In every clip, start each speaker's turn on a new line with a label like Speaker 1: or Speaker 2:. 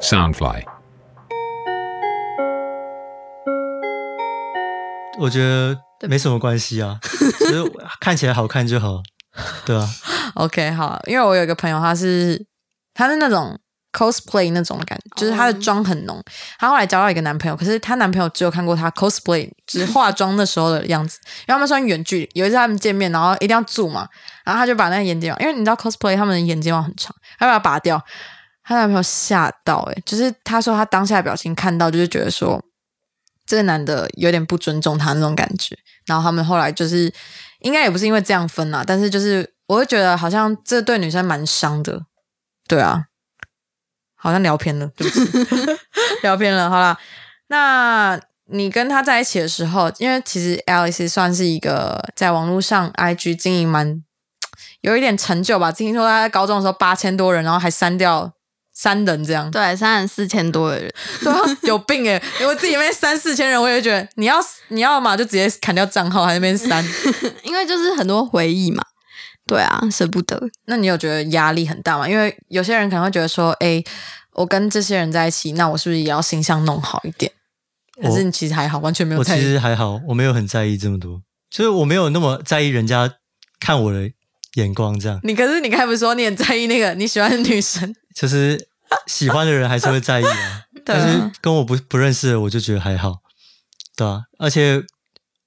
Speaker 1: Soundfly。
Speaker 2: 我觉得没什么关系啊，只是看起来好看就 好，对啊，
Speaker 3: OK，好，因为我有一个朋友，他是他是那种 cosplay 那种的感觉，就是他的妆很浓。她后来交到一个男朋友，可是她男朋友只有看过她 cosplay，只是化妆那时候的样子。因为他们算远距离，有一次他们见面，然后一定要住嘛，然后他就把那个眼睫毛，因为你知道 cosplay 他们的眼睫毛很长，他把它拔掉。她男朋友吓到、欸，诶，就是他说他当下的表情看到，就是觉得说这个男的有点不尊重她那种感觉。然后他们后来就是应该也不是因为这样分啦，但是就是我会觉得好像这对女生蛮伤的，对啊，好像聊偏了，对不起， 聊偏了，好啦，那你跟他在一起的时候，因为其实 Alice 算是一个在网络上 IG 经营蛮有一点成就吧，听说他在高中的时候八千多人，然后还删掉。删人这样，
Speaker 4: 对，三万四千多的人，
Speaker 3: 对啊， 有病哎、我自己那边删四千人，我也觉得你要你要嘛就直接砍掉账号，还在那边删，
Speaker 4: 因为就是很多回忆嘛。对啊，舍不得。
Speaker 3: 那你有觉得压力很大吗？因为有些人可能会觉得说，哎、我跟这些人在一起，那我是不是也要形象弄好一点？可是你其实还好，完全没有
Speaker 2: 我
Speaker 3: 在
Speaker 2: 其
Speaker 3: 意。
Speaker 2: 实还好，我没有很在意这么多，就是我没有那么在意人家看我的眼光，这样
Speaker 3: 你可是你刚才不是说你很在意那个你喜欢的女生？
Speaker 2: 就是喜欢的人还是会在意 啊，
Speaker 4: 对
Speaker 2: 但是
Speaker 4: 啊，
Speaker 2: 跟我不不认识的我就觉得还好，对啊，而且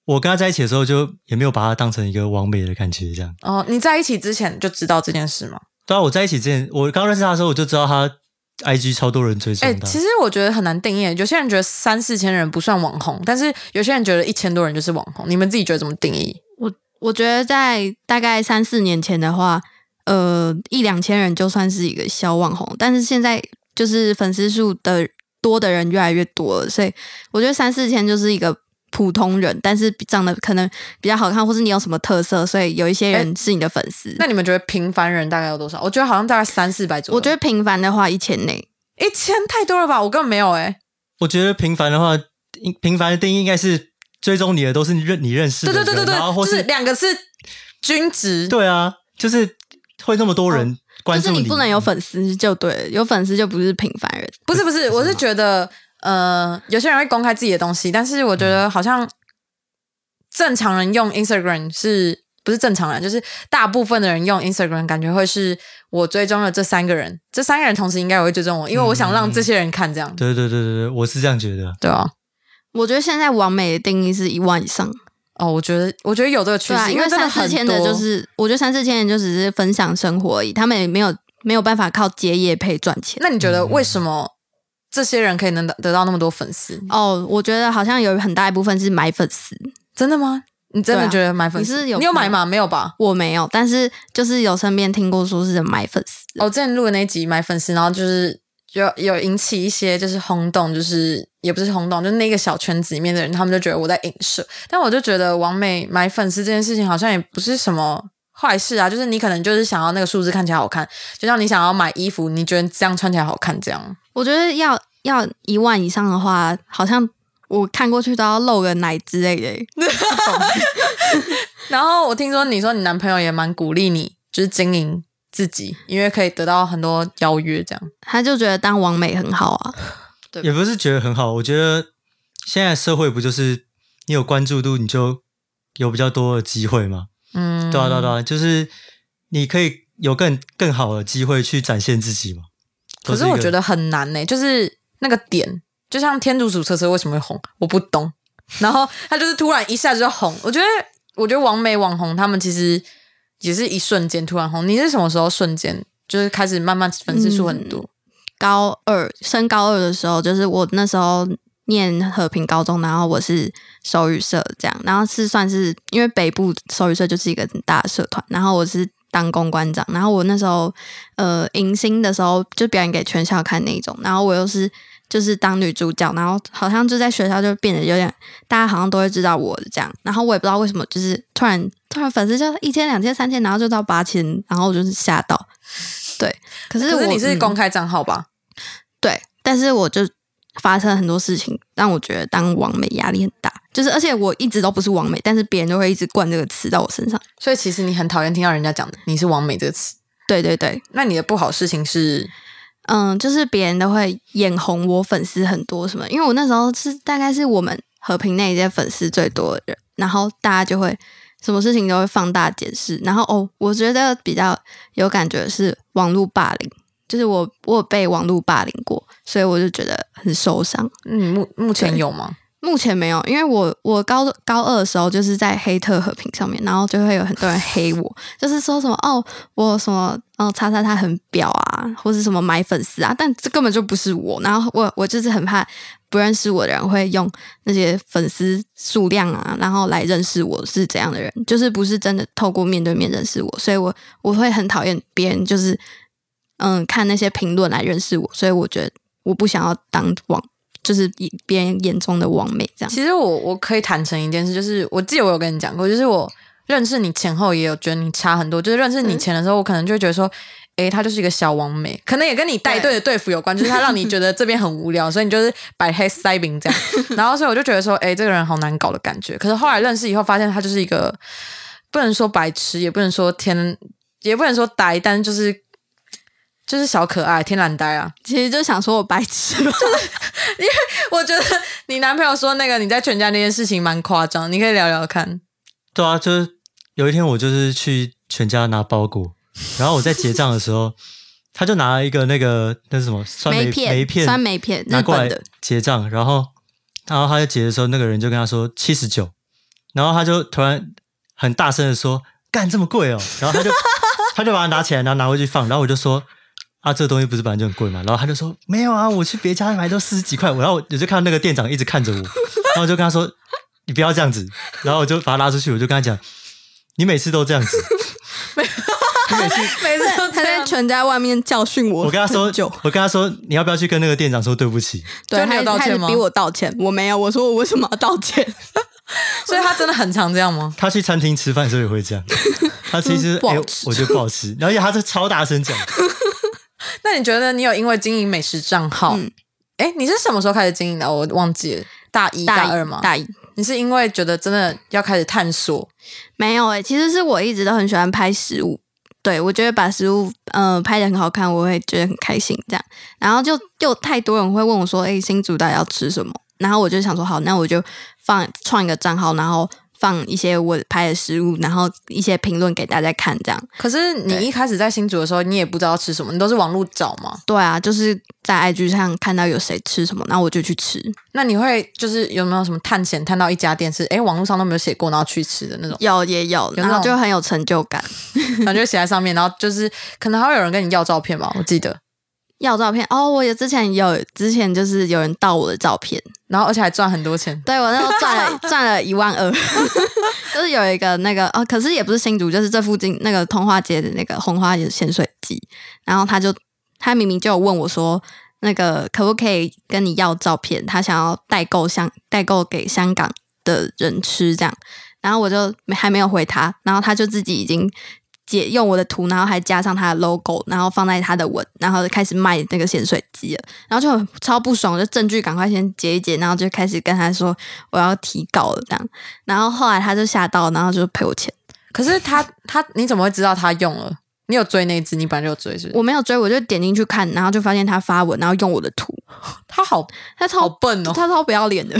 Speaker 2: 我跟他在一起的时候就也没有把他当成一个完美的感觉，这样。
Speaker 3: 哦，你在一起之前就知道这件事吗？
Speaker 2: 对啊，我在一起之前，我刚认识他的时候我就知道他 IG 超多人追
Speaker 3: 哎、
Speaker 2: 踪的啊，
Speaker 3: 其实我觉得很难定义。有些人觉得三四千人不算网红，但是有些人觉得一千多人就是网红。你们自己觉得怎么定义？
Speaker 4: 我觉得在大概三四年前的话，呃，一两千人就算是一个小网红，但是现在就是粉丝数的多的人越来越多了，所以我觉得三四千就是一个普通人，但是长得可能比较好看，或是你有什么特色，所以有一些人是你的粉丝。
Speaker 3: 那你们觉得平凡人大概有多少？我觉得好像大概三四百左右。
Speaker 4: 我觉得平凡的话一千内，
Speaker 3: 一千太多了吧？我根本没有哎、
Speaker 2: 我觉得平凡的话，应平凡的定义应该是追踪你的都是你认你认识的
Speaker 3: 对
Speaker 2: 人，
Speaker 3: 对对对对，
Speaker 2: 然后或
Speaker 3: 就是两个是均值。
Speaker 2: 对啊，就是会那么多
Speaker 3: 哦
Speaker 2: 人关
Speaker 4: 就
Speaker 2: 注
Speaker 4: 是你不能有粉丝就对了，有粉丝就不是平凡人。
Speaker 3: 不是不是，我是觉得，呃，有些人会公开自己的东西，但是我觉得好像正常人用 Instagram 是不是正常人？就是大部分的人用 Instagram，感觉会是我追踪了这三个人，这三个人同时应该也会追踪我，因为我想让这些人看这样。
Speaker 2: 对对对对对，我是这样觉得。
Speaker 3: 对啊，
Speaker 4: 我觉得现在完美的定义是一万以上，
Speaker 3: 哦，我觉得我觉得有这个趋
Speaker 4: 对
Speaker 3: 势，
Speaker 4: 啊，因
Speaker 3: 为真的
Speaker 4: 三
Speaker 3: 很
Speaker 4: 四千
Speaker 3: 多
Speaker 4: 的就是，我觉得三四千人就只是分享生活而已，他们也没有没有办法靠接业配赚钱。
Speaker 3: 那你觉得为什么
Speaker 2: 嗯
Speaker 3: 这些人可以能得得到那么多粉丝？
Speaker 4: 哦，我觉得好像有很大一部分是买粉丝，
Speaker 3: 真的吗？你真
Speaker 4: 对
Speaker 3: 的
Speaker 4: 啊
Speaker 3: 觉得买粉
Speaker 4: 你
Speaker 3: 丝？
Speaker 4: 是有
Speaker 3: 你有买吗？没有吧？
Speaker 4: 我没有，但是就是有身边听过说是买粉丝的，
Speaker 3: 我哦之前录的那一集买粉丝，然后就是有有引起一些就是轰动，就是也不是轰动，就是那个小圈子里面的人，他们就觉得我在影射。但我就觉得王美买粉丝这件事情好像也不是什么坏事啊，就是你可能就是想要那个数字看起来好看，就像你想要买衣服，你觉得这样穿起来好看，这样
Speaker 4: 我觉得要要一万以上的话，好像我看过去都要露个奶之类的。
Speaker 3: 然后我听说你说你男朋友也蛮鼓励你，就是经营自己，因为可以得到很多邀约，这样。
Speaker 4: 他就觉得当王美很好啊，对
Speaker 2: 也不是觉得很好，我觉得现在社会不就是你有关注度，你就有比较多的机会嘛？
Speaker 3: 嗯，
Speaker 2: 对啊，对啊，对啊，就是你可以有更更好的机会去展现自己嘛。
Speaker 3: 可是
Speaker 2: 都一
Speaker 3: 我
Speaker 2: 个
Speaker 3: 觉得很难呢、欸就是那个点，就像天竺鼠车车为什么会红，我不懂。 然后他就是突然一下子就红，我觉得，我觉得网美网红他们其实也是一瞬间突然红。你是什么时候瞬间就是开始慢慢粉丝数很多？
Speaker 4: 高二升高二的时候，就是我那时候念和平高中，然后我是手语社这样，然后是算是因为北部手语社就是一个很大的社团，然后我是当公关长，然后我那时候呃迎新的时候就表演给全校看那一种，然后我又是。就是当女主角，然后好像就在学校就变得有点，大家好像都会知道我这样，然后我也不知道为什么，就是突然突然粉丝就一千、两千、三千，然后就到八千，然后我就是吓到，对。可是
Speaker 3: 可
Speaker 4: 我
Speaker 3: 是你是
Speaker 4: 嗯
Speaker 3: 公开账号吧？
Speaker 4: 对，但是我就发生很多事情，让我觉得当网美压力很大。就是，而且我一直都不是网美，但是别人就会一直灌这个词到我身上。
Speaker 3: 所以其实你很讨厌听到人家讲的你是网美这个词。
Speaker 4: 对对对，
Speaker 3: 那你的不好事情是
Speaker 4: 嗯，就是别人都会眼红我粉丝很多什么，因为我那时候是大概是我们和平那一届粉丝最多的人，然后大家就会什么事情都会放大解释，然后哦，我觉得比较有感觉的是网络霸凌，就是我我有被网络霸凌过，所以我就觉得很受伤。
Speaker 3: 嗯，目目前
Speaker 4: 对
Speaker 3: 有吗？
Speaker 4: 目前没有，因为我我高高二的时候就是在黑特和平上面，然后就会有很多人黑我，就是说什么哦，我什么哦，叉叉他很婊啊，或是什么买粉丝啊，但这根本就不是我。然后我我就是很怕不认识我的人会用那些粉丝数量啊，然后来认识我是怎样的人，就是不是真的透过面对面认识我，所以我我会很讨厌别人就是嗯看那些评论来认识我，所以我觉得我不想要当网。就是以别人眼中的网美这样。
Speaker 3: 其实我我可以坦诚一件事，就是我记得我有跟你讲过，就是我认识你前后也有觉得你差很多。就是认识你前的时候，我可能就会觉得说，诶，她就是一个小王美，可能也跟你带队的队服有关，就是她让你觉得这边很无聊，所以你就是摆黑塞饼 这样。然后所以我就觉得说，诶，这个人好难搞的感觉。可是后来认识以后，发现他就是一个不能说白痴，也不能说天，也不能说呆，但是就是就是小可爱，天然呆啊。
Speaker 4: 其实就想说我白痴吧，
Speaker 3: 我觉得你男朋友说那个你在全家那件事情蛮夸张，你可以聊聊看。
Speaker 2: 对啊，就是有一天我就是去全家拿包裹，然后我在结账的时候，他就拿了一个那个那是什么酸梅
Speaker 4: 片，
Speaker 2: 梅片
Speaker 4: 酸梅片，
Speaker 2: 拿
Speaker 4: 日
Speaker 2: 过来
Speaker 4: 本的，
Speaker 2: 结账，然后然后他在结的时候，那个人就跟他说七十九，然后他就突然很大声的说：“干这么贵哦！” 然后他就他就把它拿起来，然后拿回去放，然后我就说。啊，这个东西不是本来就很贵嘛？然后他就说没有啊，我去别家买都四十几块。我然后我就看到那个店长一直看着我，然后我就跟他说你不要这样子。然后我就把他拉出去，我就跟他讲，你每次都这样 子。
Speaker 3: 每次
Speaker 4: 他
Speaker 3: 都
Speaker 4: 他
Speaker 3: 这
Speaker 4: 在
Speaker 3: 样，
Speaker 4: 全家外面教训我，
Speaker 2: 我跟他说
Speaker 4: 很久，
Speaker 2: 我跟他说你要不要去跟那个店长说对不起？
Speaker 4: 对，
Speaker 3: 就你有
Speaker 4: 他
Speaker 3: 道
Speaker 4: 他
Speaker 3: 歉
Speaker 4: 一直
Speaker 3: 吗
Speaker 4: 逼我道歉，我没有，我说我为什么要道歉？
Speaker 3: 所以他真的很常这样吗？
Speaker 2: 他去餐厅吃饭的时候也会这样，他其实
Speaker 4: 嗯不好
Speaker 2: 哎、
Speaker 4: 吃
Speaker 2: 我觉得不好吃，而且他是超大声讲，
Speaker 3: 那你觉得你有因为经营美食账号
Speaker 4: 嗯，
Speaker 3: 哎、你是什么时候开始经营的？我忘记了，大 一、
Speaker 4: 大
Speaker 3: 二吗？
Speaker 4: 大一
Speaker 3: 你是因为觉得真的要开始探索，
Speaker 4: 没有诶、欸其实是我一直都很喜欢拍食物，对我觉得把食物呃拍的很好看，我会觉得很开心这样。然后就又太多人会问我说：“诶、新竹到底要吃什么？”然后我就想说，好，那我就放创一个账号，然后放一些我拍的食物，然后一些评论给大家看这样。
Speaker 3: 可是你
Speaker 4: 对
Speaker 3: 一开始在新竹的时候，你也不知道吃什么，你都是网络找吗？
Speaker 4: 对啊，就是在 IG 上看到有谁吃什么，然后我就去吃。
Speaker 3: 那你会就是有没有什么探险探到一家店是哎、诶网络上都没有写过，然后去吃的那 种？
Speaker 4: 有也有，
Speaker 3: 那
Speaker 4: 然后
Speaker 3: 种
Speaker 4: 就很有成就感。
Speaker 3: 然后就写在上面，然后就是可能还会有人跟你要照片吧，我记得。
Speaker 4: 要照片哦，我有之前有之前就是有人盗我的照片，
Speaker 3: 然后而且还赚很多 钱，
Speaker 4: 对我那时候赚了赚了一万二， 就是有一个那个哦，可是也不是新竹，就是这附近那个通化街的那个红花街咸水鸡，然后他就他明明就有问我说。那个可不可以跟你要照片？他想要代购香代购给香港的人吃这样，然后我就没还没有回他，然后他就自己已经解用我的图，然后还加上他的 logo，然后放在他的文，然后开始卖那个咸水鸡了。然后就很超不爽，就证据赶快先结一结，然后就开始跟他说我要提告了这样。然后后来他就吓到，然后就赔我钱。
Speaker 3: 可是他他你怎么会知道他用了？你有追那一只，你本来就有追是不是？
Speaker 4: 我没有追，我就点进去看，然后就发现他发文，然后用我的图，
Speaker 3: 他好
Speaker 4: 他超、
Speaker 3: 好笨哦。
Speaker 4: 他超不要脸的。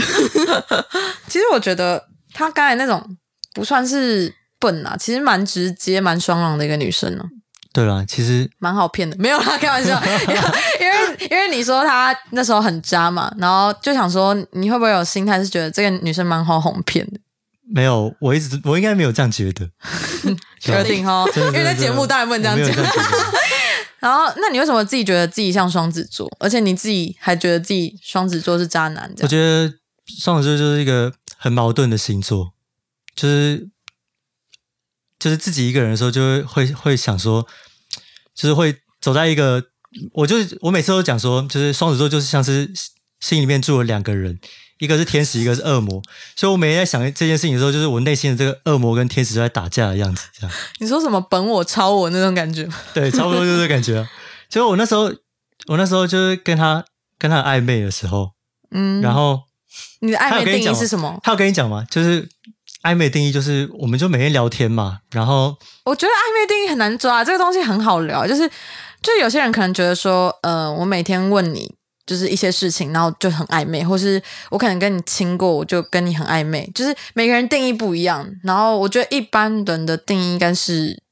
Speaker 3: 其实我觉得他刚才那种不算是笨啊，其实蛮直接、蛮爽朗的一个女生呢、
Speaker 2: 对啦，其实
Speaker 3: 蛮好骗的。没有啦，开 玩笑，因为因为因为你说他那时候很渣嘛，然后就想说你会不会有心态是觉得这个女生蛮好哄骗的？
Speaker 2: 没有，我一直我应该没有这样觉 得，啊
Speaker 3: 确定哦，
Speaker 2: 真的
Speaker 3: 因为在
Speaker 2: 真的
Speaker 3: 节目当然不能这
Speaker 2: 我没有
Speaker 3: 样
Speaker 2: 这
Speaker 3: 讲。
Speaker 2: 样觉得
Speaker 3: 然后，那你为什么自己觉得自己像双子座，而且你自己还觉得自己双子座是渣男
Speaker 2: 我
Speaker 3: 这样？
Speaker 2: 觉得双子座就是一个很矛盾的星座，就是就是自己一个人的时候，就会会会想说，就是会走在一个，我就是我每次都讲说，就是双子座就是像是心里面住了两个人，一个是天使，一个是恶魔，所以我每天在想这件事情的时候，就是我内心的这个恶魔跟天使就在打架的样子，这样。
Speaker 3: 你说什么本我、超我那种感觉吗？
Speaker 2: 对，差不多就是这感觉、啊。就我那时候，我那时候就是跟他跟他暧昧的时候，
Speaker 3: 嗯，
Speaker 2: 然后
Speaker 3: 你的暧
Speaker 2: 他有
Speaker 3: 昧
Speaker 2: 跟你
Speaker 3: 定
Speaker 2: 讲
Speaker 3: 义
Speaker 2: 吗
Speaker 3: 是什么？
Speaker 2: 他有跟你讲吗？就是暧昧定义就是我们就每天聊天嘛，然后
Speaker 3: 我觉得暧昧定义很难抓，这个东西很好聊，就是就有些人可能觉得说，呃，我每天问你就是一些事情，然后就很暧昧，或是我可能跟你亲过，我就跟你很暧昧，就是每个人定义不一样。然后我觉得一般人的定义应该是，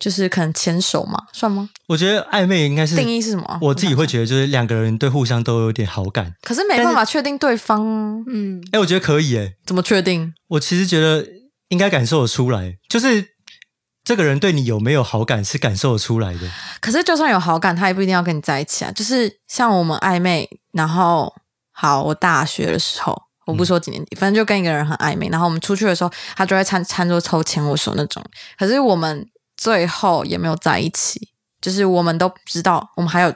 Speaker 3: 就是可能牵手嘛，算吗？
Speaker 2: 我觉得暧昧应该是
Speaker 3: 定义是什么啊
Speaker 2: 我自己会觉得就是两个人对互相都有点好感。
Speaker 3: 可是没办法确定对方啊
Speaker 4: 嗯，
Speaker 2: 哎，我觉得可以哎，
Speaker 3: 怎么确定，
Speaker 2: 我其实觉得应该感受得出来，就是这个人对你有没有好感是感受得出来的。
Speaker 3: 可是就算有好感，他也不一定要跟你在一起啊。就是像我们暧昧，然后好，我大学的时候，我不说几年级，反正就跟一个人很暧昧，然后我们出去的时候，他就会餐餐桌抽牵我手那种。可是我们最后也没有在一起，就是我们都知道，我们还有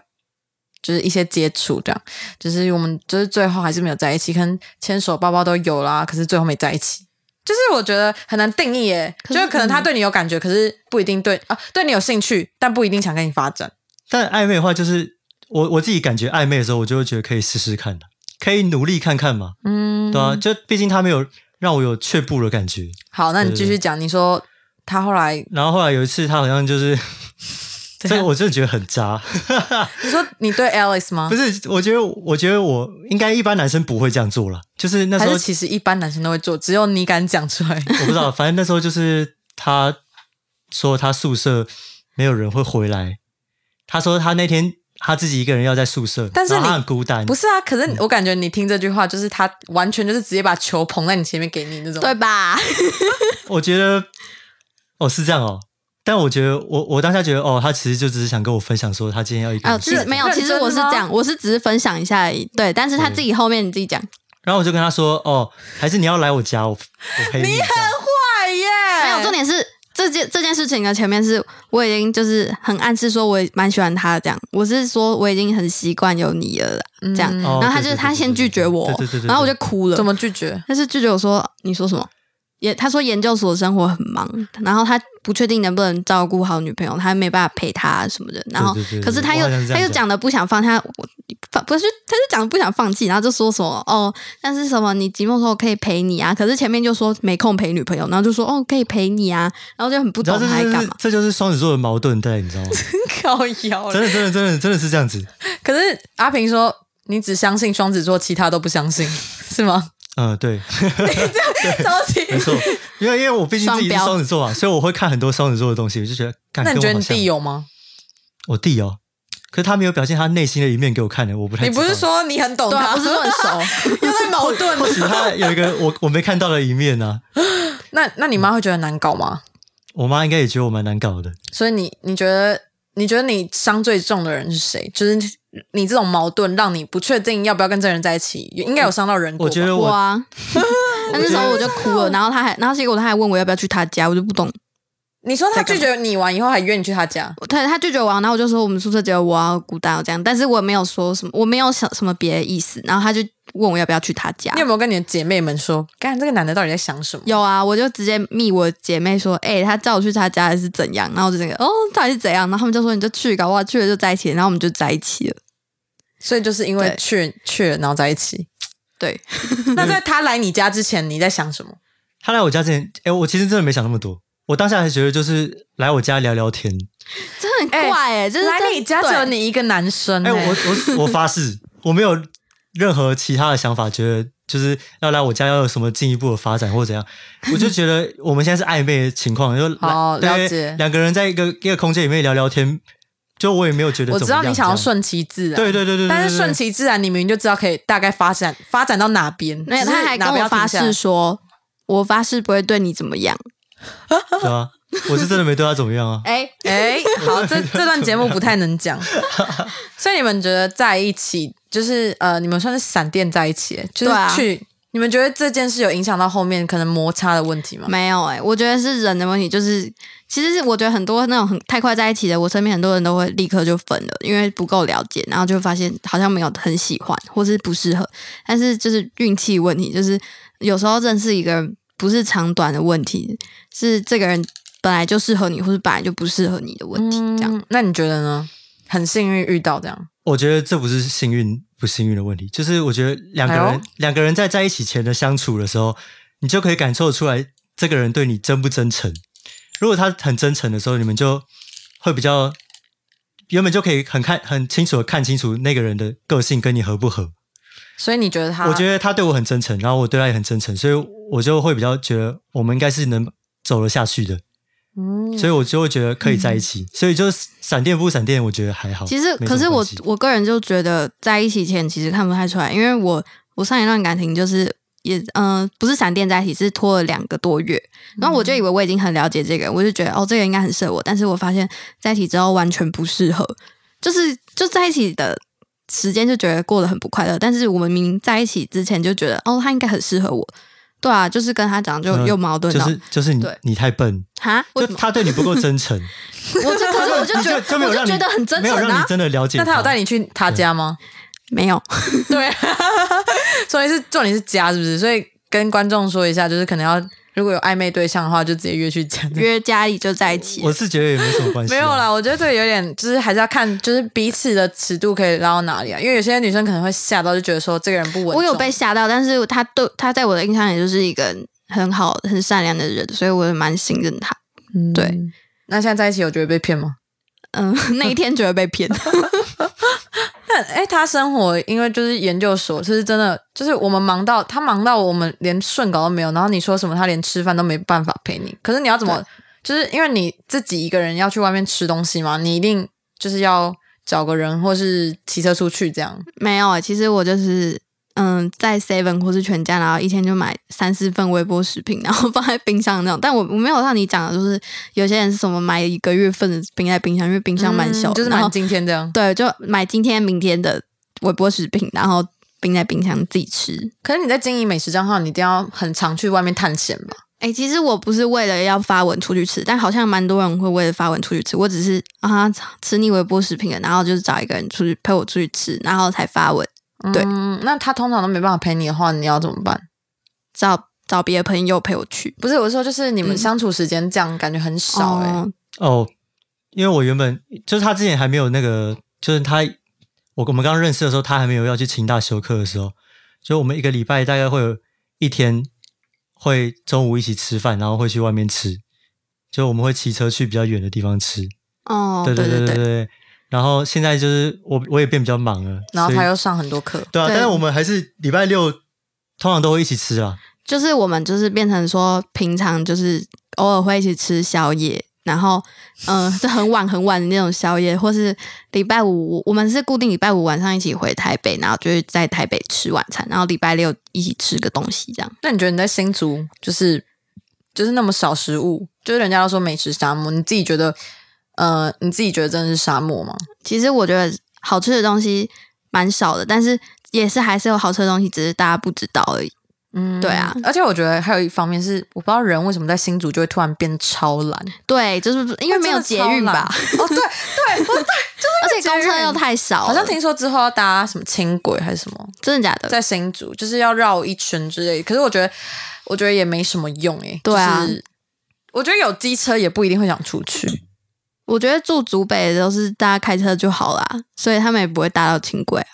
Speaker 3: 就是一些接触，这样，就是我们就是最后还是没有在一起，可能牵手、抱抱都有啦，可是最后没在一起。就是我觉得很难定义耶，
Speaker 4: 可
Speaker 3: 就是是可能他
Speaker 4: 嗯
Speaker 3: 对你有感觉，可是不一定对啊，对你有兴趣，但不一定想跟你发展。
Speaker 2: 但暧昧的话，就是我我自己感觉暧昧的时候，我就会觉得可以试试看的，可以努力看看嘛，
Speaker 3: 嗯，
Speaker 2: 对啊，就毕竟他没有让我有却步的感觉。
Speaker 3: 好，那你继续讲，你说他后来，
Speaker 2: 然后后来有一次，他好像就是 这个，我真的觉得很渣。
Speaker 3: 你说你对 Alex 吗
Speaker 2: 不？是，我觉得，我觉得我应该一般男生不会这样做了。就是 那时
Speaker 3: 还
Speaker 2: 候
Speaker 3: 是其实一般男生都会做，只有你敢讲出来。
Speaker 2: 我不知道，反正那时候就是他说他宿舍没有人会回来，他说他那天他自己一个人要在宿舍，
Speaker 3: 但是
Speaker 2: 然后他
Speaker 3: 你
Speaker 2: 很嗯孤单，
Speaker 3: 不是啊，可是我感觉你听这句话，就是他完全就是直接把球捧在你前面给你那种。
Speaker 4: 对，吧？
Speaker 2: 我觉得哦是这样哦，但我觉得我我当下觉得哦，他其实就只是想跟我分享说他今天要一个
Speaker 4: 啊，
Speaker 2: 人
Speaker 4: 就
Speaker 2: 睡觉、
Speaker 4: 是没有，
Speaker 3: 认
Speaker 4: 其实
Speaker 3: 真
Speaker 4: 我是
Speaker 3: 吗嗯
Speaker 4: 这样，我是只是分享一下而已，对，但是他自己后面你自己讲，
Speaker 2: 然后我就跟他说哦，还是你要来我家，我我陪你。你
Speaker 3: 坏耶！
Speaker 4: 没有，重点是这件这件事情的前面是我已经就是很暗示说我也蛮喜欢他的这样，我是说我已经很习惯有你了啦
Speaker 3: 嗯
Speaker 4: 这样，
Speaker 2: 哦
Speaker 4: 然后他
Speaker 2: 对
Speaker 4: 就
Speaker 2: 对
Speaker 4: 是他
Speaker 2: 对
Speaker 4: 先
Speaker 2: 对
Speaker 4: 拒绝我，
Speaker 2: 对对对对
Speaker 4: 然后我
Speaker 2: 对
Speaker 4: 就哭了，
Speaker 3: 怎么拒绝？
Speaker 4: 但是拒绝我说你说什么？也他说研究所生活很忙，然后他不确定能不能照顾好女朋友，他没办法陪她什么的。然后
Speaker 2: 对对对
Speaker 4: 可是他
Speaker 2: 我
Speaker 4: 又
Speaker 2: 好像是这样
Speaker 4: 他又
Speaker 2: 讲
Speaker 4: 讲的不想放下，我放不是他就讲的不想放弃，然后就说什么哦，但是什么你寂寞的时候可以陪你啊，可是前面就说没空陪女朋友，然后就说哦可以陪你啊，然后就很不
Speaker 2: 知
Speaker 4: 懂
Speaker 2: 道这
Speaker 4: 他在
Speaker 2: 就
Speaker 4: 干
Speaker 2: 是
Speaker 4: 嘛。
Speaker 2: 这就是双子座的矛盾在，你知道吗？
Speaker 3: 高腰
Speaker 2: 真的真的真的真的是这样子。
Speaker 3: 可是阿平说，你只相信双子座，其他都 不相信，是吗？
Speaker 2: 嗯，对，
Speaker 3: 超级
Speaker 2: 没错，因为因为我毕竟自己是
Speaker 4: 双标
Speaker 2: 双子座嘛，所以我会看很多双子座的东西，我就觉得，干
Speaker 3: 那你觉
Speaker 2: 跟我
Speaker 3: 得
Speaker 2: 好
Speaker 3: 你
Speaker 2: 像
Speaker 3: 弟有吗？
Speaker 2: 我弟哦，可是他没有表现他内心的一面给我看的，我不太
Speaker 3: 你不是
Speaker 2: 知道，
Speaker 3: 说你很懂
Speaker 4: 对啊，
Speaker 3: 他，
Speaker 4: 不是很熟，
Speaker 3: 又在矛盾？
Speaker 2: 或许他有一个我我没看到的一面呢、啊。
Speaker 3: 那那你妈会觉得难搞吗？
Speaker 2: 我妈应该也觉得我蛮难搞的，
Speaker 3: 所以你你觉得你觉得你伤最重的人是谁？就是你这种矛盾让你不确定要不要跟这人在一起，应该有伤到人过
Speaker 2: 我
Speaker 3: 吧
Speaker 2: 觉得
Speaker 4: 我
Speaker 2: 我
Speaker 4: 啊。那那时候我就哭了，然后他还，然后结果他还问我要不要去他家，我就不懂，
Speaker 3: 你说他拒绝你完以后还约你去他家，
Speaker 4: 他他拒绝我啊，然后我就说我们宿舍只有我啊，孤单哦这样，但是我没有说什么，我没有想什么别的意思，然后他就问我要不要去他
Speaker 2: 啊
Speaker 4: 家
Speaker 3: 你。有没有跟你的姐妹们说，干这个男的到底在想什么？
Speaker 4: 有啊，我就直接密我姐妹说，哎、他叫我去他家是怎样，然后我就整个哦，到底是怎样？然后他们就说你就去，搞不好去了就在一起，然后我们就在一起了。
Speaker 3: 所以就是因为
Speaker 4: 对
Speaker 3: 去去了然后在一起。
Speaker 4: 对，
Speaker 3: 那在他来你家之前，你在想什么？
Speaker 2: 他来我家之前，哎，我其实真的没想那么多，我当下还觉得就是来我家聊聊天，
Speaker 4: 这很怪哎、就是
Speaker 3: 欸来
Speaker 4: 这
Speaker 3: 你家只有，你一个男生、
Speaker 2: 哎，
Speaker 3: 欸，
Speaker 2: 我我我发誓，我没有任何其他的想法，觉得就是要来我家要有什么进一步的发展或怎样，我就觉 得我们现在是暧昧的情况，就
Speaker 3: 好
Speaker 2: 对
Speaker 3: 了解
Speaker 2: 两个人在一个一个空间里面聊聊天，就我也没有觉得
Speaker 3: 我
Speaker 2: 怎
Speaker 3: 知
Speaker 2: 么样
Speaker 3: 道你想要
Speaker 2: 这样
Speaker 3: 顺其自然，
Speaker 2: 对对对对对
Speaker 3: 但
Speaker 2: 对
Speaker 3: 是
Speaker 2: 对
Speaker 3: 顺其自然，你明明就知道可以大概发展发展到哪边，
Speaker 4: 没有，
Speaker 3: 只是
Speaker 4: 他还跟
Speaker 3: 哪边
Speaker 4: 我
Speaker 3: 要停
Speaker 4: 发
Speaker 3: 下来
Speaker 4: 誓说，我发誓不会对你怎么样。。
Speaker 2: 对啊，我是真的没对他怎么样啊
Speaker 4: 哎、
Speaker 3: 哎、好，这这段节目不太能讲。所以你们觉得在一起，就是呃，你们算是闪电在一起，哎就
Speaker 4: 对
Speaker 3: 是
Speaker 4: 啊
Speaker 3: 去，你们觉得这件事有影响到后面可能摩擦的问题吗？
Speaker 4: 没有哎、我觉得是人的问题，就是其实是我觉得很多那种很太快在一起的，我身边很多人都会立刻就分了，因为不够了解，然后就发现好像没有很喜欢或是不适合，但是就是运气问题，就是有时候认识一个人不是长短的问题，是这个人本来就适合你，或是本来就不适合你的问题，这样。
Speaker 3: 嗯，那你觉得呢？很幸运遇到这样，
Speaker 2: 我觉得这不是幸运不幸运的问题，就是我觉得两个人、
Speaker 3: 哎呦
Speaker 2: 两个人在在一起前的相处的时候，你就可以感受出来这个人对你真不真诚。如果他很真诚的时候，你们就会比较原本就可以很看很清楚的看清楚那个人的个性跟你合不合。
Speaker 3: 所以你觉得
Speaker 4: 啊
Speaker 3: 他？
Speaker 2: 我觉得他对我很真诚，然后我对他也很真诚，所以我就会比较觉得我们应该是能走得下去的，
Speaker 3: 嗯，
Speaker 2: 所以我就会觉得可以在一起。所以就是闪电不闪电，我觉得还好。
Speaker 4: 嗯其实，
Speaker 2: 哦没什
Speaker 4: 可
Speaker 2: 么
Speaker 4: 是我
Speaker 2: 关系
Speaker 4: 我个人就觉得在一起前其实看不太出来，因为我我上一段感情就是也嗯、不是闪电在一起，是拖了两个多月，然后我就以为我已经很了解这个人，我就觉得哦这个人应该很适合我，但是我发现在一起之后完全不适合，就是就在一起的。时间就觉得过得很不快乐，但是我们明明在一起之前就觉得，哦，他应该很适合我，对啊，就是跟他讲就
Speaker 2: 嗯
Speaker 4: 又矛盾
Speaker 2: 就
Speaker 4: 了，
Speaker 2: 是就是你
Speaker 4: 对
Speaker 2: 你太笨，
Speaker 4: 哈，为
Speaker 2: 就
Speaker 4: 什么？
Speaker 2: 他对你不够真 诚，
Speaker 4: 我就可是我就
Speaker 2: 你
Speaker 4: 觉得，
Speaker 2: 就没有
Speaker 4: 我就
Speaker 2: 让你
Speaker 4: 觉得很真
Speaker 2: 没
Speaker 4: 诚
Speaker 2: 有让
Speaker 4: 啊
Speaker 2: 你，真的了解。
Speaker 3: 那他有带你去他家吗？
Speaker 4: 没 有，
Speaker 3: 对，啊所以是重点是家是不是？所以跟观众说一下，就是可能要如果有暧昧对象的话，就直接约去家。
Speaker 4: 约家里就在一起了。
Speaker 2: 我是觉得也没什么关系、啊
Speaker 3: 没有，啊啦，我觉得这个有点，就是还是要看，就是彼此的尺度可以拉到哪里啊。因为有些女生可能会吓到，就觉得说这个人不稳重。
Speaker 4: 我有被吓到，但是他对他在我的印象里就是一个很好、很善良的人，所以我也蛮信任他。
Speaker 3: 嗯
Speaker 4: 对。
Speaker 3: 那现在在一起有觉得被骗吗？
Speaker 4: 嗯，那一天就会被骗。
Speaker 3: 那哎、他生活因为就是研究所，就是真的，就是我们忙到他忙到我们连顺稿都没有，然后你说什么他连吃饭都没办法陪你。可是你要怎么？就是因为你自己一个人要去外面吃东西嘛，你一定就是要找个人或是骑车出去这样。
Speaker 4: 没有、欸，其实我就是嗯，在 Seven 或是全家，然后一天就买三四份微波食品，然后放在冰箱那种。但我我没有像你讲的，就是有些人是什么买一个月份的冰在冰箱，因为冰箱蛮小的、
Speaker 3: 嗯就是
Speaker 4: 然
Speaker 3: 蛮
Speaker 4: 后
Speaker 3: 今天这样。
Speaker 4: 对，就买今天、明天的微波食品，然后冰在冰箱自己吃。
Speaker 3: 可是你在经营美食账号，你一定要很常去外面探险吧？
Speaker 4: 哎、其实我不是为了要发文出去吃，但好像蛮多人会为了发文出去吃。我只是啊，吃腻微波食品了，然后就是找一个人出去陪我出去吃，然后才发文，对
Speaker 3: 嗯，那他通常都没办法陪你的话，你要怎么办？
Speaker 4: 找找别的朋友陪我去。
Speaker 3: 不是，我说就是你们
Speaker 4: 嗯
Speaker 3: 相处时间这样感觉很少哎、
Speaker 4: 哦
Speaker 2: 哦，因为我原本就是他之前还没有那个，就是他我我们刚认识的时候，他还没有要去清大修课的时候，所以我们一个礼拜大概会有一天会中午一起吃饭，然后会去外面吃，就我们会骑车去比较远的地方吃。
Speaker 4: 哦，
Speaker 2: 对
Speaker 4: 对
Speaker 2: 对
Speaker 4: 对，
Speaker 2: 对。然后现在就是我我也变比较忙了，
Speaker 3: 然后
Speaker 2: 所以
Speaker 3: 他又上很多课，
Speaker 2: 对啊，
Speaker 4: 对
Speaker 2: 但是我们还是礼拜六通常都会一起吃啊。
Speaker 4: 就是我们就是变成说，平常就是偶尔会一起吃宵夜，然后嗯、呃， 就很晚很晚的那种宵夜，或是礼拜五我们是固定礼拜五晚上一起回台北，然后就是在台北吃晚餐，然后礼拜六一起吃个东西这样。
Speaker 3: 那你觉得你在新竹就是就是那么少食物，就是人家都说美食沙漠，你自己觉得呃，你自己觉得真的是沙漠吗？
Speaker 4: 其实我觉得好吃的东西蛮少的，但是也是还是有好吃的东西，只是大家不知道而已。
Speaker 3: 嗯
Speaker 4: 对啊
Speaker 3: 而且我觉得还有一方面是，我不知道人为什么在新竹就会突然变超懒，
Speaker 4: 对，就是因为没有捷运 吧，
Speaker 3: 哦，对对，不对，
Speaker 4: 而且公
Speaker 3: 捷
Speaker 4: 车
Speaker 3: 运
Speaker 4: 又太少了，
Speaker 3: 好像呃听说之后要搭什么轻轨还是什么，
Speaker 4: 真的假的？
Speaker 3: 在新竹就是要绕一圈之类的。可是我觉得，我觉得也没什么用诶、
Speaker 4: 对啊
Speaker 3: 就是我觉得有机车也不一定会想出去。
Speaker 4: 我觉得住竹北的都是大家开车就好啦，所以他们也不会搭到轻轨啊。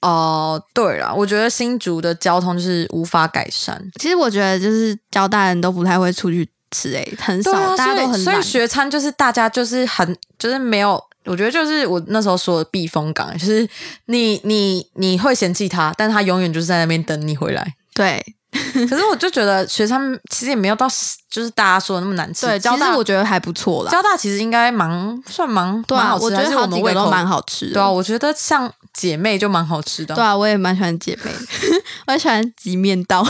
Speaker 3: 哦、对了，我觉得新竹的交通就是无法改善，
Speaker 4: 其实我觉得就是交大人都不太会出去吃、欸，很少，
Speaker 3: 对啊，
Speaker 4: 大家都很
Speaker 3: 所以。所
Speaker 4: 懒
Speaker 3: 以。学餐就是大家就是很就是没有，我觉得就是我那时候说的避风港，欸就是你你你会嫌弃他，但是他永远就是在那边等你回 来。
Speaker 4: 对
Speaker 3: 可是我就觉得学餐其实也没有到就是大家说的那么难吃。
Speaker 4: 对，其
Speaker 3: 交
Speaker 4: 实
Speaker 3: 大
Speaker 4: 我觉得还不错啦。
Speaker 3: 交大其实应该蛮算蛮
Speaker 4: 对
Speaker 3: 蛮
Speaker 4: 啊，
Speaker 3: 好吃，
Speaker 4: 我觉
Speaker 3: 还
Speaker 4: 得
Speaker 3: 是
Speaker 4: 好
Speaker 3: 们
Speaker 4: 几
Speaker 3: 胃
Speaker 4: 个
Speaker 3: 口
Speaker 4: 都蛮好吃的。
Speaker 3: 对啊，我觉得像姐妹就蛮好吃的。
Speaker 4: 对啊，我也蛮喜欢姐妹， 我也喜欢挤面道。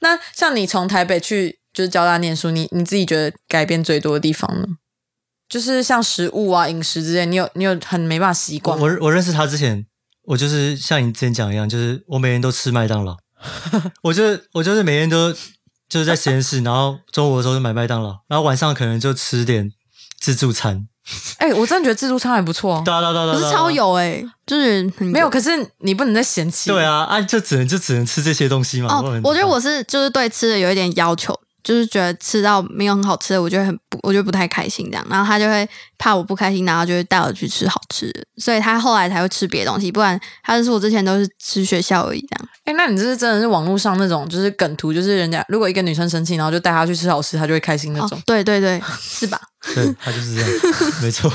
Speaker 3: 那像你从台北去就是交大念书，你你自己觉得改变最多的地方呢？就是像食物啊、饮食之类，你有你有很没办法习
Speaker 2: 我
Speaker 3: 惯吗。
Speaker 2: 我我认识他之前，我就是像你之前讲一样，就是我每天都吃麦当 劳，我就是我就是每天都就是在实验室，然后中午的时候就买麦当劳，然后晚上可能就吃点自助餐。
Speaker 3: 哎、我真的觉得自助餐还不错、哦。
Speaker 2: 哒哒哒哒，
Speaker 4: 可是超有哎、 就是很
Speaker 3: 欸没有，可是你不能再嫌弃。
Speaker 2: 对，啊，啊就只能就只能吃这些东西嘛。不
Speaker 4: 哦
Speaker 2: 然。
Speaker 4: 我觉得
Speaker 2: 怎么办
Speaker 4: 我是就是对吃的有一点要求，就是觉得吃到没有很好吃的，我觉得很不，我觉得不太开心这样。然后他就会怕我不开心，然后就会带我去吃好吃的，所以他后来才会吃别的东西，不然他就说我之前都是吃学校而已这样。
Speaker 3: 哎、哎、那你这是真的是网络上那种就是梗图，就是人家如果一个女生生气，然后就带她去吃好吃，她就会开心那种。
Speaker 4: 哦，对对对，是 吧？
Speaker 2: 对他就是这 样，没错。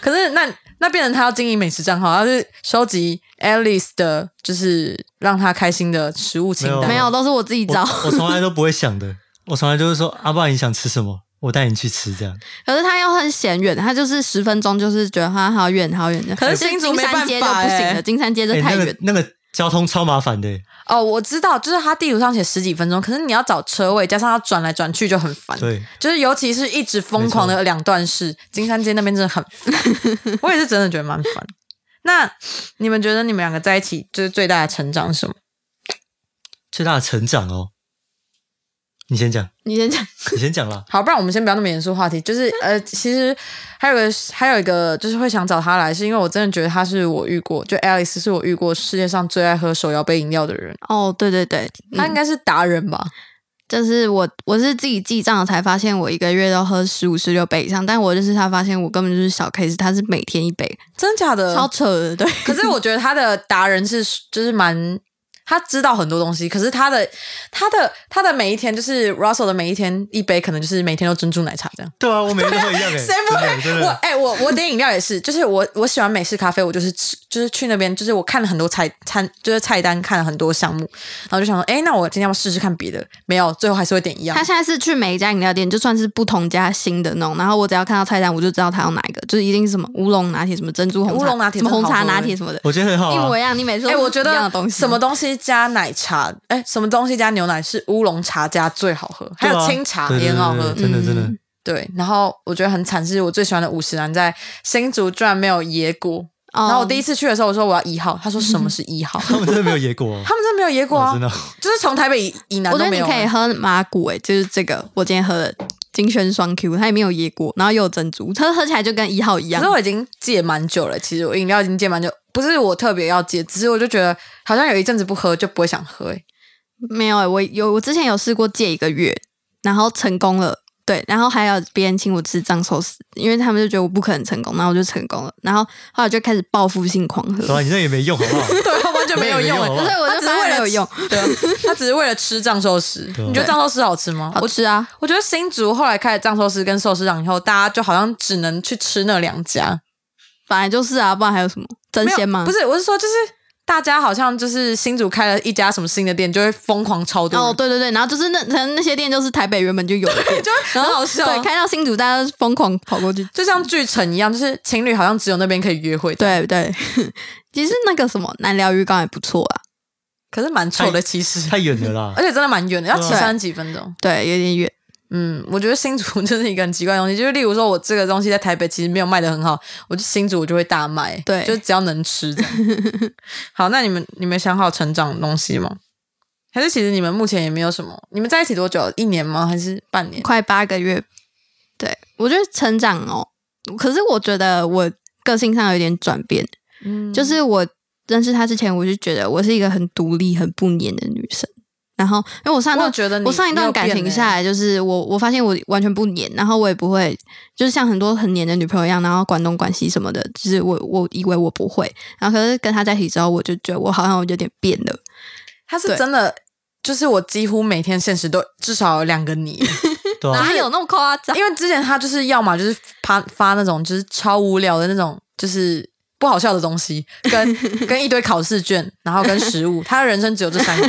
Speaker 3: 可是那那变成她要经营美食账号，她是收集 Alice 的，就是让她开心的食物清单。
Speaker 4: 没有，都是我自己
Speaker 2: 我
Speaker 4: 找。
Speaker 2: 我从来都不会想的，我从来就是说，阿、啊、爸你想吃什么，我带你去吃这样。
Speaker 4: 可是他又很嫌远，他就是十分钟，就是觉得他好远好远的。
Speaker 3: 可是新
Speaker 4: 金
Speaker 3: 竹没办法
Speaker 4: 山街就不行
Speaker 3: 欸
Speaker 4: 了，金山街就
Speaker 2: 哎、
Speaker 4: 太
Speaker 2: 那
Speaker 4: 远。
Speaker 2: 个那个交通超麻烦的、欸
Speaker 3: 哦，我知道，就是她地图上写十几分钟，可是你要找车位，加上要转来转去就很 烦。
Speaker 2: 对，
Speaker 3: 就是尤其是一直疯狂的两段式，金山街那边真的很烦， 我也是真的觉得蛮烦。那你们觉得你们两个在一起就是最大的成长是什么？
Speaker 2: 最大的成长哦。你先讲，
Speaker 4: 你先讲，
Speaker 2: 你先讲啦。
Speaker 3: 好，不然我们先不要那么严肃的话题。就是呃，其实还有个还有一个就是会想找他来，是因为我真的觉得他是我遇过，就 Alice 是我遇过世界上最爱喝手摇杯饮料的人，
Speaker 4: 哦，对对对，
Speaker 3: 他应该是达人吧？
Speaker 4: 就是我我是自己记账才发现，我一个月都喝十五十六杯以上，但我就是他发现我根本就是小 case，他是每天一杯，
Speaker 3: 真的假的？
Speaker 4: 超扯的，对。
Speaker 3: 可是我觉得他的达人是就是蛮。他知道很多东西，可是他的他的他的每一天，就是 Russell 的每一天一杯，可能就是每天都珍珠奶茶这样。
Speaker 2: 对啊，我每天都会一样哎、
Speaker 3: 谁不
Speaker 2: 真的真
Speaker 3: 会？我
Speaker 2: 的
Speaker 3: 哎、我我点饮料也是，就是我我喜欢美式咖啡，我就是吃，就是去那边，就是我看了很多菜餐，就是菜单看了很多项目，然后就想说，哎、那我今天要不要试试看别的，没有，最后还是会点一样
Speaker 4: 他。现在是去每一家饮料店，就算是不同家新的弄，然后我只要看到菜单，我就知道他要哪一个，就是一定是什么乌龙拿铁、什么珍珠红茶、
Speaker 3: 乌龙拿铁
Speaker 4: 什么
Speaker 3: 真
Speaker 4: 红
Speaker 3: 的好
Speaker 4: 茶
Speaker 3: 喝
Speaker 4: 拿
Speaker 3: 欸
Speaker 4: 铁什么的，
Speaker 2: 我觉得很好
Speaker 4: 一模
Speaker 2: 啊
Speaker 4: 一。样。你每次
Speaker 3: 哎、
Speaker 4: 都
Speaker 3: 我觉
Speaker 4: 一样的
Speaker 3: 得
Speaker 4: 东西，
Speaker 3: 什么东西加奶茶，哎、什么东西加牛奶是乌龙茶加最好喝，还
Speaker 2: 对
Speaker 3: 有
Speaker 2: 啊
Speaker 3: 清茶
Speaker 2: 对对
Speaker 3: 也很好
Speaker 2: 对
Speaker 3: 喝。
Speaker 2: 对真的真的。
Speaker 4: 嗯
Speaker 3: 对，然后我觉得很惨，是我最喜欢的五十岚在新竹居然没有野果。
Speaker 4: 哦
Speaker 3: 然后我第一次去的时候，我说我要一号，他说什么是一号？
Speaker 2: 他们真的没有野果、哦，
Speaker 3: 他们真的没有野果啊，
Speaker 2: 哦真的哦、
Speaker 3: 就是从台北以以南
Speaker 4: 我
Speaker 3: 都
Speaker 4: 觉得
Speaker 3: 没
Speaker 4: 你
Speaker 3: 有啊。
Speaker 4: 可以喝麻古诶、欸就是这个我今天喝的金萱双 Q，它里面有椰果，然后又有珍珠，它喝起来就跟一号一
Speaker 3: 可
Speaker 4: 样
Speaker 3: 是。我已经戒蛮久了，其实我饮料已经戒蛮久，不是我特别要戒，只是我就觉得好像有一阵子不喝就不会想喝、欸。
Speaker 4: 没有诶、我有我之前有试过戒一个月，然后成功了。对，然后还有别人请我吃藏寿司，因为他们就觉得我不可能成功，然后我就成功了，然后后来就开始报复性狂喝，
Speaker 2: 对啊，你那也没用好 不好？
Speaker 3: 对，它完全没有用、
Speaker 2: 没有用好
Speaker 3: 欸，
Speaker 2: 不
Speaker 4: 所以我
Speaker 3: 它
Speaker 4: 就
Speaker 3: 只
Speaker 4: 发
Speaker 3: 是为
Speaker 4: 现
Speaker 3: 了
Speaker 4: 没有用，
Speaker 3: 吃，对， 它只是为了吃藏寿 司。
Speaker 2: 对
Speaker 3: 你觉得藏寿司好吃吗？
Speaker 4: 好
Speaker 3: 我
Speaker 4: 吃啊。
Speaker 3: 我觉得新竹后来开了藏寿司跟寿司郎以后，大家就好像只能去吃那两家，
Speaker 4: 本来就是啊，不然还有什么真
Speaker 3: 没有
Speaker 4: 鲜吗？
Speaker 3: 不是，我是说就是。大家好像就是新竹开了一家什么新的店，就会疯狂超多人
Speaker 4: 哦，对对对，然后就是那可能那些店就是台北原本就有的 店，
Speaker 3: 很好笑啊
Speaker 4: 对，开到新竹大家都疯狂跑过去。
Speaker 3: 就像巨城一样，就是情侣好像只有那边可以约会，，
Speaker 4: 对对， 其实那个什么南寮鱼缸也不错啊，
Speaker 3: 可是蛮臭的其实，哎
Speaker 2: 太远了啦
Speaker 3: 而。且真的蛮远的，要骑
Speaker 4: 对
Speaker 3: 三十几分钟。
Speaker 4: 对，有点远。
Speaker 3: 嗯，我觉得新竹 就是一个很奇怪的东西，就是例如说我这个东西在台北其实没有卖的很好，我就新竹我就会大卖，
Speaker 4: 对
Speaker 3: 就只要能 吃这样。好，那你们你们想好成长的东西吗？还是其实你们目前也没有什么？你们在一起多久？一年吗？还是半年？
Speaker 4: 快八个月。对我觉得成长哦，可是我觉得我个性上有点转变，
Speaker 3: 嗯，
Speaker 4: 就是我认识他之前，我就觉得我是一个很独立、很不粘的女生。然后，因为我上一
Speaker 3: 我
Speaker 4: 段
Speaker 3: 觉得你
Speaker 4: 我上一段感情下来，就是我我发现我完全不粘，然后我也不会，就是像很多很粘的女朋友一样，然后管东管西什么的，就是我我以为我不会，然后可是跟他在一起之后，我就觉得我好像有点变了。
Speaker 3: 他是
Speaker 4: 对
Speaker 3: 真的，就是我几乎每天现实都至少有两 个你，
Speaker 2: 对啊，
Speaker 4: 哪有那么夸张？
Speaker 3: 因为之前他就是要么就是发发那种就是超无聊的那种，就是不好笑的东西，跟跟一堆考试卷，然后跟食物，他的人生只有这三个，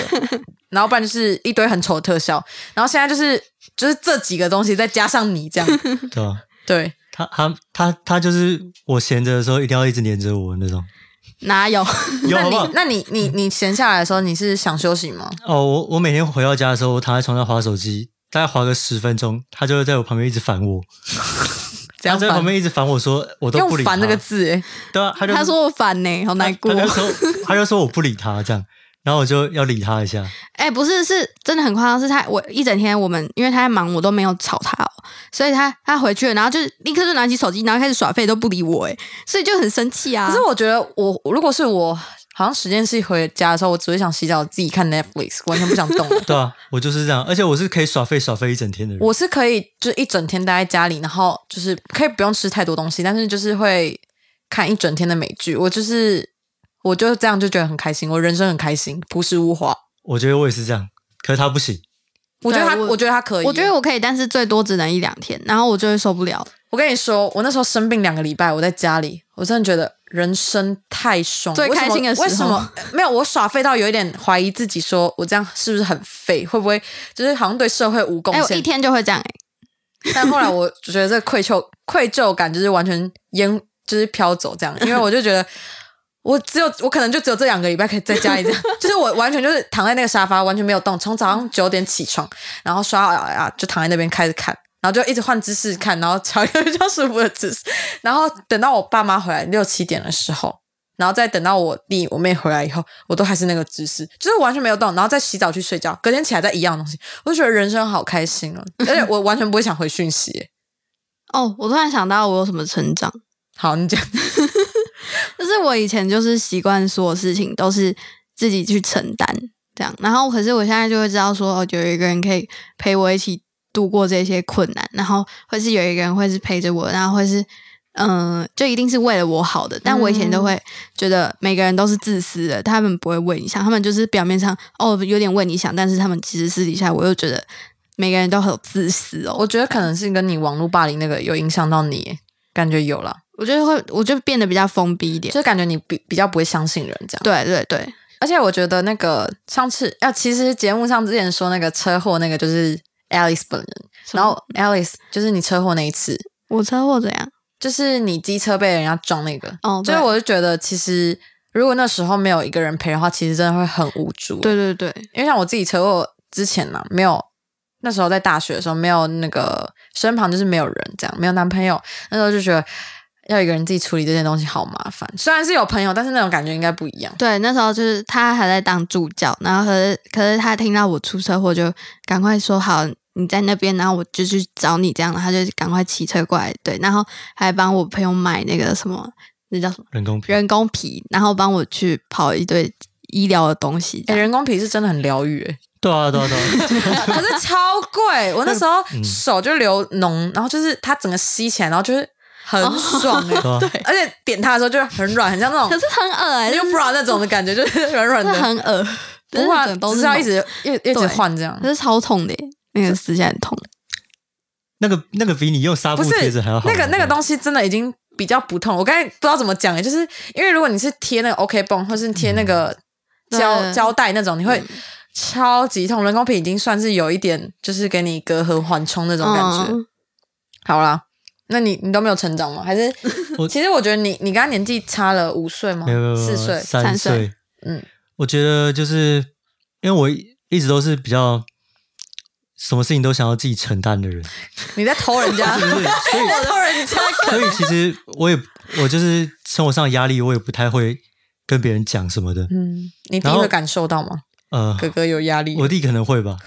Speaker 3: 然后不然就是一堆很丑的特效，然后现在就是就是这几个东西再加上你这样，
Speaker 2: 对啊。
Speaker 3: 对，
Speaker 2: 他他他他就是我闲着的时候一定要一直黏着我那种，
Speaker 4: 哪 有？
Speaker 2: 有
Speaker 3: 那
Speaker 2: 好不好
Speaker 3: 你？那你你你闲下来的时候，你是想休息吗？
Speaker 2: 哦，我我每天回到家的时候，我躺在床上划手机，大概划个十分钟，他就会在我旁边一直烦我，
Speaker 3: 这
Speaker 2: 他
Speaker 3: 样
Speaker 2: 在旁
Speaker 3: 烦？
Speaker 2: 边一直烦我说我都不
Speaker 3: 用
Speaker 2: 理
Speaker 3: “
Speaker 2: 他
Speaker 3: 烦”，这个字，哎，
Speaker 2: 对啊，他就
Speaker 4: 他说我烦呢、好难 过。
Speaker 2: 他就说他就说我不理他这样，然后我就要理他一下，
Speaker 4: 哎、不是，是真的很夸张，是他我一整天我们因为他在忙，我都没有吵他哦，所以他他回去了，然后就立刻就拿起手机，然后开始耍废，都不理我，哎，所以就很生气啊。
Speaker 3: 可是我觉得我，如果是我，好像时间是回家的时候，我只会想洗澡，自己看 Netflix，完全不想 动。
Speaker 2: 对啊，我就是这样，而且我是可以耍废耍废一整天的人，
Speaker 3: 我是可以就是一整天待在家里，然后就是可以不用吃太多东西，但是就是会看一整天的美剧。我就是我就这样就觉得很开心，我人生很开心，朴实无华。
Speaker 2: 我觉得我也是这样，可是他不行。
Speaker 3: 我觉得他，
Speaker 4: 对我
Speaker 3: 我觉得他可以。
Speaker 4: 我觉得我可以，但是最多只能一两天，然后我就会受不了。
Speaker 3: 我跟你说，我那时候生病两个礼拜，我在家里，我真的觉得人生太爽，
Speaker 4: 最开心的时候
Speaker 3: 为什么为什么没有？我耍废到有一点怀疑自己说，我这样是不是很废？会不会就是好像对社会无贡
Speaker 4: 哎、我
Speaker 3: 献？
Speaker 4: 一天就会这样、
Speaker 3: 但后来我觉得这个愧疚愧疚感就是完全烟就是飘走这样，因为我就觉得。我只有我可能就只有这两个礼拜可以在家里这样， 就是我完全就是躺在那个沙发，完全没有动，从早上九点起床，然后刷牙牙就躺在那边开始看，然后就一直换姿势看，然后找一个比较舒服的姿势，然后等到我爸妈回来六七点的时候，然后再等到我弟我妹回来以后，我都还是那个姿势，就是完全没有动，然后再洗澡去睡觉，隔天起来再一样的东西，我就觉得人生好开心哦，而且我完全不会想回讯息耶。
Speaker 4: 哎，哦，我突然想到我有什么成长，
Speaker 3: 好，你讲，
Speaker 4: 就是我以前就是习惯所有事情都是自己去承担这样，然后可是我现在就会知道说，哦，有一个人可以陪我一起度过这些困难，然后会是有一个人会是陪着我，然后会是。嗯，就一定是为了我好的，但我以前都
Speaker 3: 嗯
Speaker 4: 会觉得每个人都是自私的，他们不会为你想，他们就是表面上哦有点为你想，但是他们其实私底下，我又觉得每个人都很自私哦。
Speaker 3: 我觉得可能是跟你网络霸凌那个有影响到你耶，感觉有了，
Speaker 4: 我就会，我就变得比较封闭一点。
Speaker 3: 就是感觉你比比较不会相信人这样。
Speaker 4: 对对对，
Speaker 3: 而且我觉得那个上次啊，其实节目上之前说那个车祸那个就是 Alice 本人，然后 Alice 就是你车祸那一次，
Speaker 4: 我车祸怎样？就是
Speaker 3: 你机车被人家撞那个，
Speaker 4: 哦，
Speaker 3: 所
Speaker 4: 对
Speaker 3: 以我就觉得其实如果那时候没有一个人陪的话，其实真的会很无助。
Speaker 4: 对对对，
Speaker 3: 因为像我自己车祸之前嘛，没有那时候在大学的时候没有那个身旁就是没有人这样，没有男朋友，那时候就觉得要一个人自己处理这些东西好麻烦。虽然是有朋友，但是那种感觉应该不一样。
Speaker 4: 对，那时候就是他还在当助教，然后可是可是他听到我出车祸，就赶快说好你在那边，然后我就去找你这样，他就赶快骑车过来，对，然后还帮我朋友买那个什么，那叫什么
Speaker 2: 人工皮，
Speaker 4: 人工皮，然后帮我去跑一堆医疗的东西这
Speaker 3: 哎、
Speaker 4: 样。
Speaker 3: 人工皮是真的很疗愈、 欸，
Speaker 2: 对啊，对啊， 对啊，
Speaker 3: 可是超贵。我那时候
Speaker 2: 嗯
Speaker 3: 手就流脓，然后就是它整个吸起来，然后就是很爽哎、
Speaker 2: 对啊
Speaker 4: 哦 对，
Speaker 3: 而且点它的时候就是很软，很像那
Speaker 4: 可
Speaker 3: 种
Speaker 4: 是很恶哎、
Speaker 3: n e
Speaker 4: 欸，
Speaker 3: w bra 那种的感觉，就是软软
Speaker 4: 真的
Speaker 3: 的。
Speaker 4: 很恶，
Speaker 3: 不
Speaker 4: 就是
Speaker 3: 过
Speaker 4: 整都
Speaker 3: 只
Speaker 4: 是
Speaker 3: 是要
Speaker 4: 脓
Speaker 3: 一直一一直
Speaker 4: 对
Speaker 3: 换这样
Speaker 4: 可。是超痛的欸，那个撕下来很痛。
Speaker 2: 那个那个比你用纱布
Speaker 3: 不
Speaker 2: 贴
Speaker 3: 是
Speaker 2: 着还要好。
Speaker 3: 那个那个东西真的已经比较不痛，我刚才不知道怎么讲欸就是因为如果你是贴那个 OK 绷，或是贴那个
Speaker 4: 嗯
Speaker 3: 胶、
Speaker 4: 对嗯
Speaker 3: 胶带那种，你会超级痛。人工皮已经算是有一点，就是给你隔阂缓冲那种感觉。
Speaker 4: 嗯
Speaker 3: 好啦，那你你都没有成长吗？还是
Speaker 2: 我
Speaker 3: 其实我觉得你你跟他年纪差了五岁吗？
Speaker 2: 没有没有没有
Speaker 3: 四岁。
Speaker 2: 三
Speaker 4: 三岁
Speaker 2: 岁，
Speaker 3: 嗯，
Speaker 2: 我觉得就是因为我一直都是比较什么事情都想要自己承担的人，
Speaker 3: 你在偷 人家，
Speaker 2: 是 不是？所以
Speaker 3: 在偷人家。
Speaker 2: 所以其实我也我就是生活上的压力，我也不太会跟别人讲什么的。
Speaker 3: 嗯，你弟
Speaker 2: 然后
Speaker 3: 会感受到吗？
Speaker 2: 呃，
Speaker 3: 哥哥有压力，
Speaker 2: 我弟可能会吧。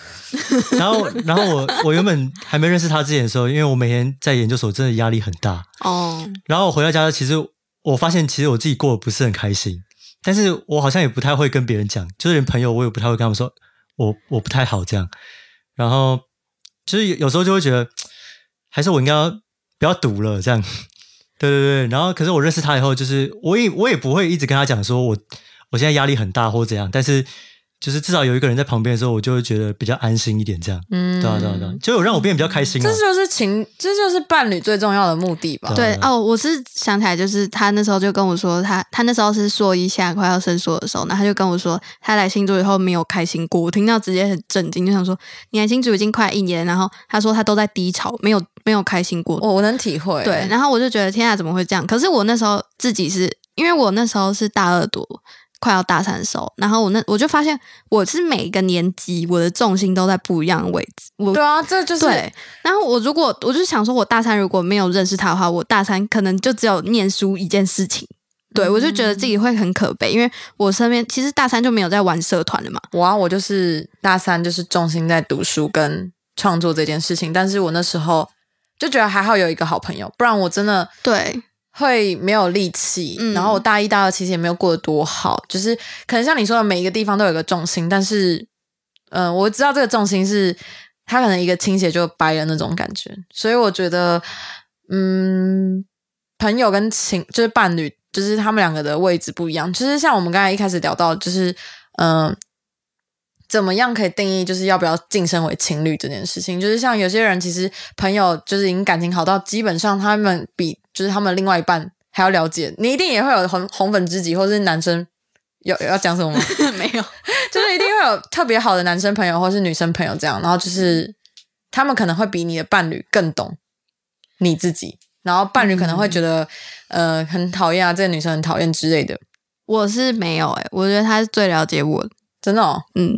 Speaker 2: 然后然后我我原本还没认识他之前的时候，因为我每天在研究所真的压力很大。
Speaker 4: 哦，
Speaker 2: 然后我回到家，其实我发现其实我自己过得不是很开心，但是我好像也不太会跟别人讲，就是连朋友我也不太会跟他们说我我不太好这样。然后就是有有时候就会觉得，还是我应该要不要赌了这样。 对对对，然后可是我认识他以后，就是我也我也不会一直跟他讲说我我现在压力很大或怎样，但是就是至少有一个人在旁边的时候，我就会觉得比较安心一点这样。
Speaker 3: 嗯
Speaker 2: 对啊对啊对啊，就有让我变得比较开心、啊。
Speaker 3: 这就是情，这就是伴侣最重要的目的吧？
Speaker 4: 对
Speaker 2: 对
Speaker 4: 哦，我是想起来，就是他那时候就跟我说，他他那时候是硕一下快要升硕的时候，然后他就跟我说，他来新竹以后没有开心过，我听到直接很震惊，就想说你来新竹已经快一年，然后他说他都在低潮，没有没有开心过，
Speaker 3: 我我能体会。
Speaker 4: 对，，然后我就觉得天啊，怎么会这样？可是我那时候自己是因为我那时候是大二多，快要大三的时候，然后我那我就发现我是每个年级我的重心都在不一样的位置，我
Speaker 3: 对啊，这就是
Speaker 4: 对，然后我如果我就想说，我大三如果没有认识他的话，我大三可能就只有念书一件事情。对，我就觉得自己会很可悲，因为我身边其实大三就没有在玩社团了嘛。
Speaker 3: 我啊，我就是大三，就是重心在读书跟创作这件事情。但是我那时候就觉得还好有一个好朋友，不然我真的
Speaker 4: 对，
Speaker 3: 会没有力气。
Speaker 4: 嗯
Speaker 3: 然后我大一、大二其实也没有过得多好，就是可能像你说的，每一个地方都有一个重心，但是，嗯、我知道这个重心是他可能一个倾斜就掰了那种感觉，所以我觉得，嗯，朋友跟情就是伴侣，就是他们两个的位置不一样。就是像我们刚才一开始聊到，就是嗯、呃怎么样可以定义就是要不要晋升为情侣这件事情？就是像有些人其实朋友就是已经感情好到基本上他们比就是他们另外一半还要了解，你一定也会有红红粉知己，或是男生有有要讲什么吗？
Speaker 4: 没有，
Speaker 3: 就是一定会有特别好的男生朋友或是女生朋友这样，然后
Speaker 4: 嗯
Speaker 3: 就是他们可能会比你的伴侣更懂你自己，然后伴侣可
Speaker 4: 嗯
Speaker 3: 能会觉得、呃很讨厌啊，这个女生很讨厌之类的，
Speaker 4: 我是没有哎、我觉得他是最了解我的，
Speaker 3: 真的、哦，
Speaker 4: 嗯，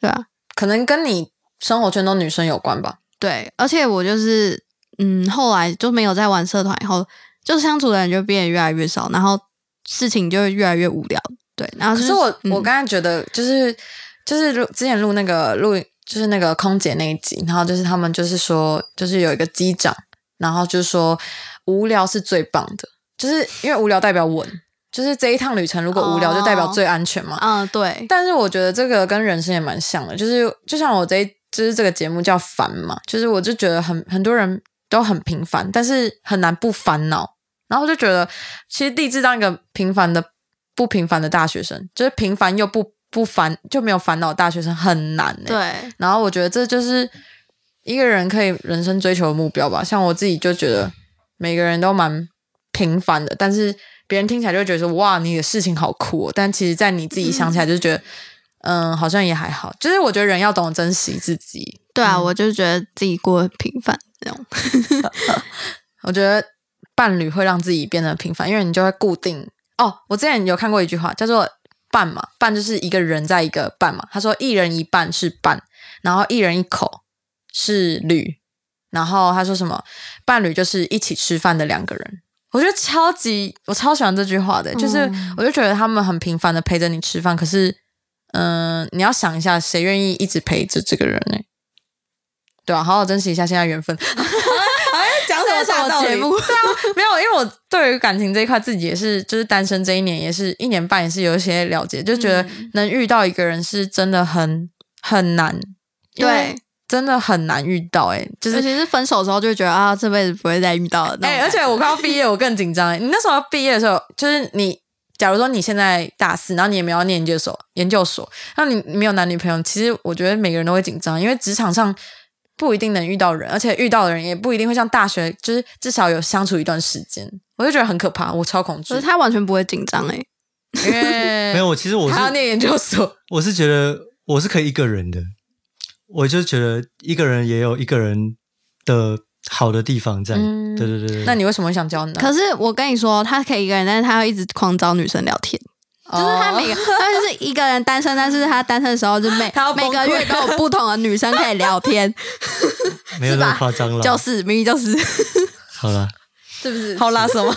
Speaker 4: 对啊，
Speaker 3: 可能跟你生活圈都女生有关吧。
Speaker 4: 对，而且我就是嗯，后来就没有在玩社团以后，就是相处的人就变得越来越少，然后事情就越来越无聊。对，然后、
Speaker 3: 可
Speaker 4: 就是
Speaker 3: 我、
Speaker 4: 嗯
Speaker 3: 我刚才觉得就是就是录之前录那个录就是那个空姐那一集，然后就是他们就是说就是有一个机长，然后就说无聊是最棒的，就是因为无聊代表稳，就是这一趟旅程如果无聊就代表最安全嘛。
Speaker 4: 嗯、对，
Speaker 3: 但是我觉得这个跟人生也蛮像的，就是就像我这一就是这个节目叫烦嘛，就是我就觉得很很多人都很平凡，但是很难不烦恼。然后我就觉得，其实立志当一个平凡的不平凡的大学生，就是平凡又不不烦就没有烦恼的大学生很难、欸。
Speaker 4: 对，
Speaker 3: 然后我觉得这就是一个人可以人生追求的目标吧。像我自己就觉得每个人都蛮平凡的，但是别人听起来就会觉得说哇，你的事情好酷、哦，但其实，在你自己想起来就觉得，嗯好像也还好。就是我觉得人要懂得珍惜自己。
Speaker 4: 对啊，我就觉得自己过得平凡那种。
Speaker 3: 我觉得伴侣会让自己变得平凡，因为你就会固定。哦，我之前有看过一句话，叫做“半嘛”，半就是一个人在一个半嘛。他说一人一半是半，然后一人一口是侣，然后他说什么伴侣就是一起吃饭的两个人。我觉得超级，我超喜欢这句话的，就是
Speaker 4: 嗯
Speaker 3: 我就觉得他们很频繁的陪着你吃饭，可是，嗯、你要想一下，谁愿意一直陪着这个人呢、对啊，好好珍惜一下现在缘分。
Speaker 4: 讲
Speaker 3: 这是什么
Speaker 4: 节
Speaker 3: 节目
Speaker 4: 目？
Speaker 3: 对啊，没有，因为我对于感情这一块自己也是，就是单身这一年也是一年半，也是有一些了解，就觉得能遇到一个人是真的很很难，因为
Speaker 4: 对，
Speaker 3: 真的很难遇到、欸，哎，就
Speaker 4: 尤
Speaker 3: 是。
Speaker 4: 其是分手之后，就觉得啊，这辈子不会再遇到了。
Speaker 3: 哎、
Speaker 4: 哎、
Speaker 3: 而且我快要毕业，我更紧张、欸。你那时候要毕业的时候，就是你，假如说你现在大四，然后你也没有念研究所，研究所，那你没有男女朋友，其实我觉得每个人都会紧张，因为职场上不一定能遇到人，而且遇到的人也不一定会像大学，就是至少有相处一段时间。我就觉得很可怕，我超恐惧
Speaker 4: 可是，他完全不会紧张哎，
Speaker 3: 因为
Speaker 2: 没有，我其实我
Speaker 3: 他要
Speaker 2: 是
Speaker 3: 念研究所，
Speaker 2: 我是觉得我是可以一个人的，我就觉得一个人也有一个人的好的地方，这样。
Speaker 3: 嗯
Speaker 2: 对对对对。
Speaker 3: 那你为什么会想交男？
Speaker 4: 可是我跟你说，他可以一个人，但是他要一直狂找女生聊天，就
Speaker 3: 就
Speaker 4: 是他每个，他就是一个人单身，但是他单身的时候就每
Speaker 3: 他要崩
Speaker 4: 每
Speaker 3: 溃
Speaker 4: 个月都有不同的女生可以聊 天，
Speaker 2: 没有
Speaker 4: 是
Speaker 2: 那么
Speaker 4: 吧
Speaker 2: 夸张
Speaker 3: 啊
Speaker 2: 了，
Speaker 4: 就是明明就是
Speaker 2: 好了，
Speaker 4: 是不是？
Speaker 3: 好啦什么？